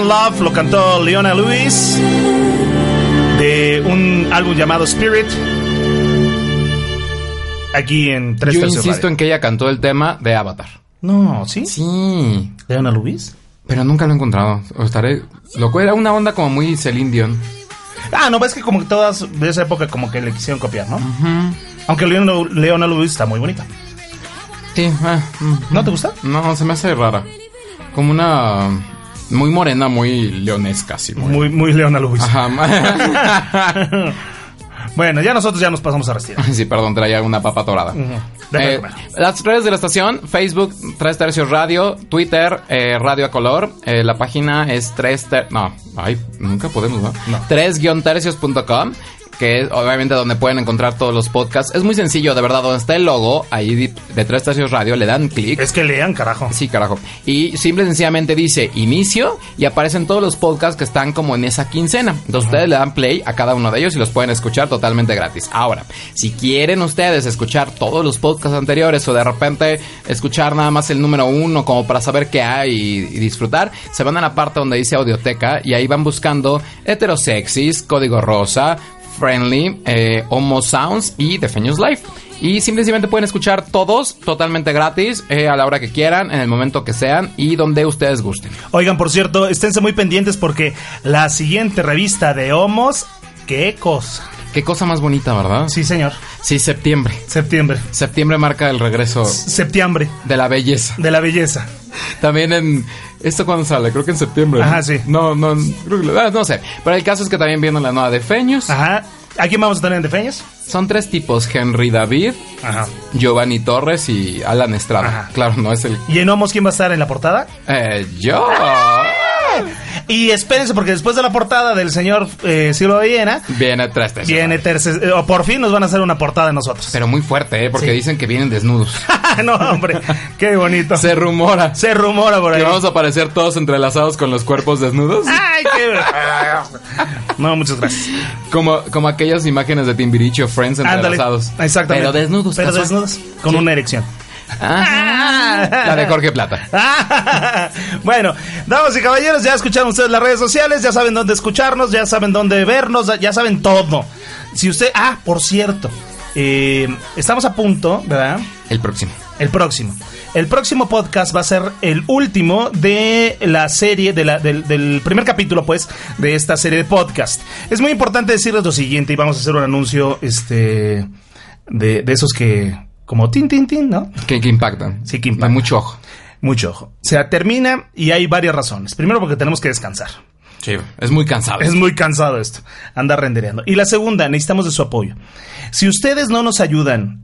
Speaker 2: Love lo cantó Leona Lewis de un álbum llamado Spirit. Aquí en Tres
Speaker 3: Yo
Speaker 2: Tercios
Speaker 3: insisto en que ella cantó el tema de Avatar.
Speaker 2: No, ¿sí?
Speaker 3: Sí.
Speaker 2: ¿Leona Lewis?
Speaker 3: Pero nunca lo he encontrado. O estaré. Lo cual era una onda como muy Celine Dion.
Speaker 2: Radio. Ah, no, ves que como que todas de esa época como que le quisieron copiar, ¿no? Aunque Leona, Leona Lewis está muy bonita.
Speaker 3: Sí. ah, mm.
Speaker 2: ¿No te gusta?
Speaker 3: No, se me hace rara. Como una. Muy morena, muy leonesca, así. Muy,
Speaker 2: muy, Leona Lewis.
Speaker 3: Ajá.
Speaker 2: bueno, ya nosotros ya nos pasamos a retirar.
Speaker 3: sí, perdón, traía una papa torada.
Speaker 2: Deja de
Speaker 3: Eh, las redes de la estación, Facebook, Tres Tercios Radio, Twitter, eh, Radio a Color, eh, la página es tres ter- no, ay, nunca podemos, ¿no? Tres-tercios.com, que es obviamente donde pueden encontrar todos los podcasts. Es muy sencillo, de verdad, donde está el logo, ahí di- de Tres Tercios Radio, le dan clic.
Speaker 2: Es que lean, carajo.
Speaker 3: Sí, carajo. Y simple y sencillamente dice inicio y aparecen todos los podcasts que están como en esa quincena. Entonces ustedes le dan play a cada uno de ellos y los pueden escuchar totalmente gratis. Ahora, si quieren ustedes escuchar todos los podcasts anteriores o de repente escuchar nada más el número uno como para saber qué hay y, y disfrutar, se van a la parte donde dice audioteca y ahí van buscando heterosexis, código rosa, Friendly, eh, Homo Sounds y The Feños Life. Y simplemente pueden escuchar todos totalmente gratis, eh, a la hora que quieran, en el momento que sean y donde ustedes gusten.
Speaker 2: Oigan, por cierto, esténse muy pendientes porque la siguiente revista de Homos, qué cosa.
Speaker 3: Qué cosa más bonita, ¿verdad?
Speaker 2: Sí, señor.
Speaker 3: Sí, septiembre.
Speaker 2: Septiembre.
Speaker 3: Septiembre marca el regreso
Speaker 2: Septiembre
Speaker 3: de la
Speaker 2: <laughs>
Speaker 3: belleza.
Speaker 2: de la belleza.
Speaker 3: También en... ¿Esto cuándo sale? Creo que en septiembre. ¿no?
Speaker 2: Ajá, sí.
Speaker 3: No, no, creo que- ah, no sé. Pero el caso es que también viene la nueva de Feños.
Speaker 2: Ajá. ¿A quién vamos a tener en Defeños?
Speaker 3: Son tres tipos, Henry David,
Speaker 2: Ajá.
Speaker 3: Giovanni Torres y Alan Estrada.
Speaker 2: Ajá.
Speaker 3: Claro, no es el...
Speaker 2: ¿Y en Homos quién va a estar en la portada?
Speaker 3: Eh,
Speaker 2: <laughs>
Speaker 3: yo...
Speaker 2: Y espérense porque después de la portada del señor eh, Silva Ballena,
Speaker 3: Viene tres tercios.
Speaker 2: viene tercer... eh, o por fin nos van a hacer una portada de nosotros.
Speaker 3: Pero muy fuerte, ¿eh? Porque
Speaker 2: Sí.
Speaker 3: dicen que vienen desnudos.
Speaker 2: <laughs> no, hombre. Qué bonito.
Speaker 3: Se rumora
Speaker 2: <laughs> Se rumora por ahí.
Speaker 3: que vamos a aparecer todos entrelazados con los cuerpos desnudos.
Speaker 2: Ay, qué...
Speaker 3: <laughs>
Speaker 2: no, muchas gracias.
Speaker 3: Como, como aquellas imágenes de Timbiriche o Friends
Speaker 2: Ándale.
Speaker 3: entrelazados.
Speaker 2: Exactamente.
Speaker 3: Pero desnudos.
Speaker 2: Pero
Speaker 3: casual.
Speaker 2: desnudos. Con una erección.
Speaker 3: Ah, la de Jorge Plata.
Speaker 2: <laughs> bueno, damas y caballeros, ya escucharon ustedes las redes sociales, ya saben dónde escucharnos, ya saben dónde vernos, ya saben todo. Si usted, ah, por cierto, eh, estamos a punto, ¿verdad?
Speaker 3: El próximo.
Speaker 2: El próximo. El próximo podcast va a ser el último de la serie, de la- del, del primer capítulo, pues, de esta serie de podcast. Es muy importante decirles lo siguiente, y vamos a hacer un anuncio, este, de, de esos que, como tin, tin, tin, ¿no?
Speaker 3: Que, que impactan.
Speaker 2: Sí, que impactan.
Speaker 3: Da mucho ojo.
Speaker 2: Mucho ojo. Se termina y hay varias razones. Primero porque tenemos que descansar.
Speaker 3: Sí, es muy cansado.
Speaker 2: Es muy cansado esto, andar rendereando. Y la segunda, necesitamos de su apoyo. Si ustedes no nos ayudan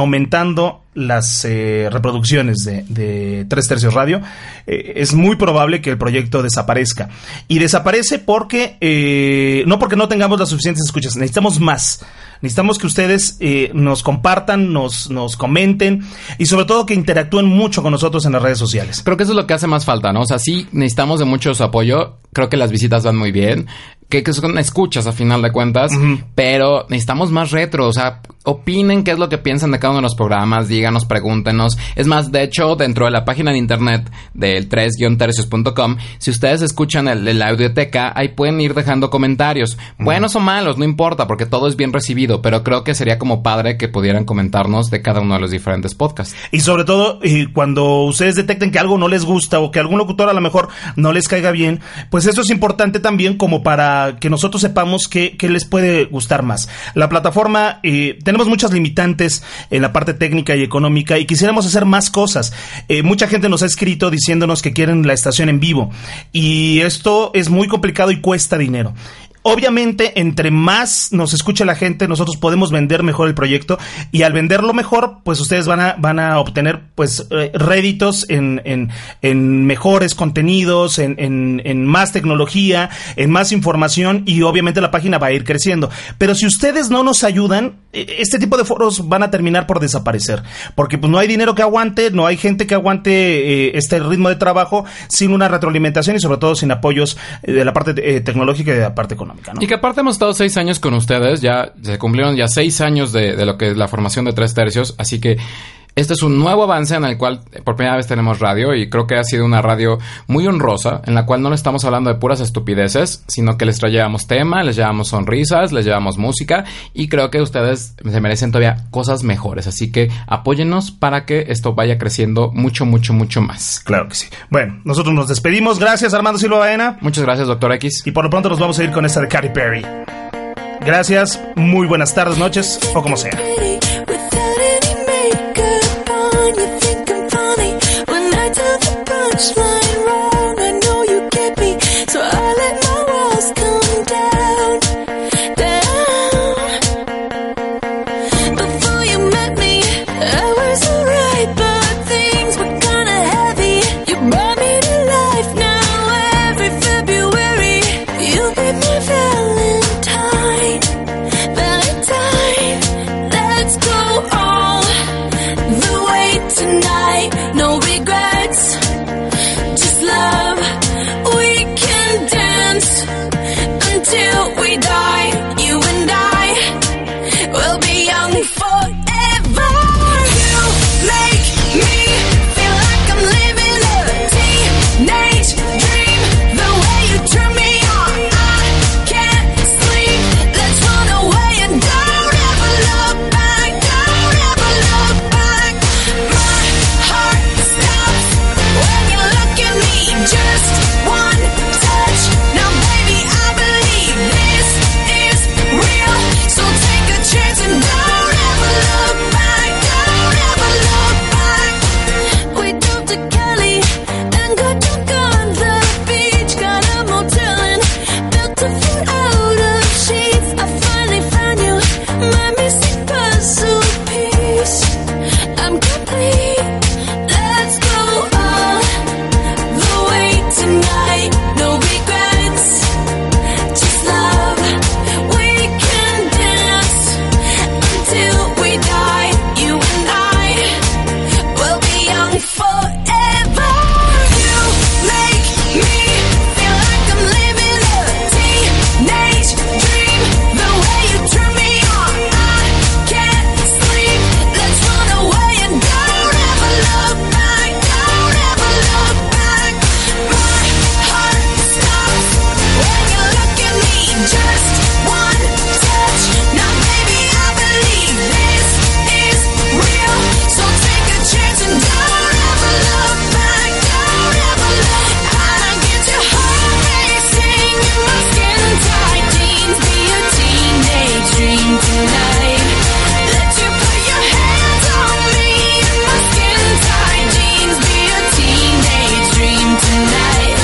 Speaker 2: aumentando las eh, reproducciones de, de Tres Tercios Radio, eh, es muy probable que el proyecto desaparezca. Y desaparece porque, eh, no porque no tengamos las suficientes escuchas, necesitamos más. Necesitamos que ustedes eh, nos compartan, nos, nos comenten y sobre todo que interactúen mucho con nosotros en las redes sociales.
Speaker 3: Pues Creo que eso es lo que hace más falta, ¿no? O sea, sí necesitamos de mucho su apoyo. Creo que las visitas van muy bien. Que, que son escuchas a final de cuentas. Pero necesitamos más retro. O sea, opinen qué es lo que piensan de cada uno de los programas. Díganos, pregúntenos. Es más, de hecho, dentro de la página de internet del 3-tercios.com, si ustedes escuchan el, la audioteca, ahí pueden ir dejando comentarios. Buenos o malos, no importa, porque todo es bien recibido. Pero creo que sería como padre que pudieran comentarnos de cada uno de los diferentes podcasts.
Speaker 2: Y sobre todo, eh, cuando ustedes detecten que algo no les gusta o que algún locutor a lo mejor no les caiga bien, pues eso es importante también como para que nosotros sepamos qué, qué les puede gustar más. La plataforma, eh, tenemos muchas limitantes en la parte técnica y económica y quisiéramos hacer más cosas. Eh, mucha gente nos ha escrito diciéndonos que quieren la estación en vivo y esto es muy complicado y cuesta dinero. Obviamente, entre más nos escuche la gente, nosotros podemos vender mejor el proyecto y al venderlo mejor, pues ustedes van a, van a obtener pues eh, réditos en, en, en mejores contenidos, en, en, en más tecnología, en más información y obviamente la página va a ir creciendo. Pero si ustedes no nos ayudan, eh, este tipo de foros van a terminar por desaparecer porque pues no hay dinero que aguante, no hay gente que aguante eh, este ritmo de trabajo sin una retroalimentación y sobre todo sin apoyos eh, de la parte eh, tecnológica y de la parte económica. ¿no?
Speaker 3: Y que aparte hemos estado seis años con ustedes, ya se cumplieron ya seis años de, de lo que es la formación de tres tercios, así que Este es un nuevo avance en el cual eh, por primera vez tenemos radio y creo que ha sido una radio muy honrosa en la cual no le estamos hablando de puras estupideces, sino que les traíamos tema, les llevamos sonrisas, les llevamos música y creo que ustedes se merecen todavía cosas mejores. Así que apóyennos para que esto vaya creciendo mucho, mucho, mucho más.
Speaker 2: Claro que sí. Bueno, nosotros nos despedimos. Gracias, Armando Silva Baena.
Speaker 3: Muchas gracias, doctor X.
Speaker 2: Y por lo pronto nos vamos a ir con esta de Katy Perry. Gracias, muy buenas tardes, noches o como sea.
Speaker 13: Tonight, no regrets just love. We can dance until we die. You and I will be young forever. You make me feel like I'm living a teenage dream. The way you turn me on, I can't sleep. Let's run away and don't ever look back. Don't ever look back. My heart stops. When you look at me, just one touch. Now, baby, I believe this is real. So take a chance and don't ever look back. Don't ever look back. We dumped a Cali and got drunk on the beach. Got a motel and built a fort out of sheets. I finally found you, my missing puzzle piece. I'm complete. Let's go all the way tonight. No regrets, just love. We can dance until we die. You and I. We'll be young forever. You make me feel like I'm living a teenage dream. The way you turn me on, I can't sleep. Let's run away and don't ever look back. Don't ever look back. My heart stops when you look at me. Just one touch, now baby I believe this is real. So take a chance and don't ever look back. Don't ever look back. I get your heart racing in my skin tight jeans. Be a teenage dream tonight. Let you put your hands on me in my skin tight jeans. Be a teenage dream tonight.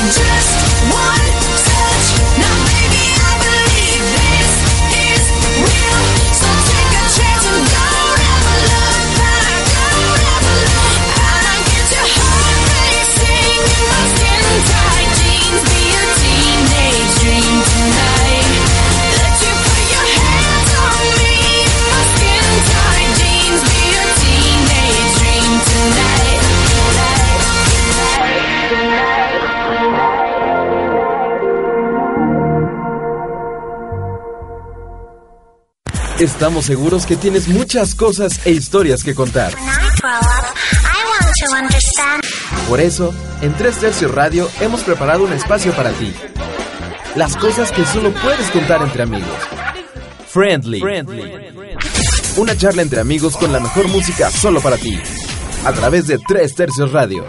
Speaker 13: Just one touch, now baby I believe this is real. So take a chance and don't ever look back, don't ever look back. I get your heart racing in my skin tight jeans. Be a teenage dream tonight. Let you put your hands on me in my skin tight jeans. Be a teenage dream tonight.
Speaker 1: Estamos seguros que tienes muchas cosas e historias que contar. Por eso, en 3 Tercios Radio hemos preparado un espacio para ti. Las cosas que solo puedes contar entre amigos. Friendly. Una charla entre amigos con la mejor música solo para ti. A través de 3 Tercios Radio.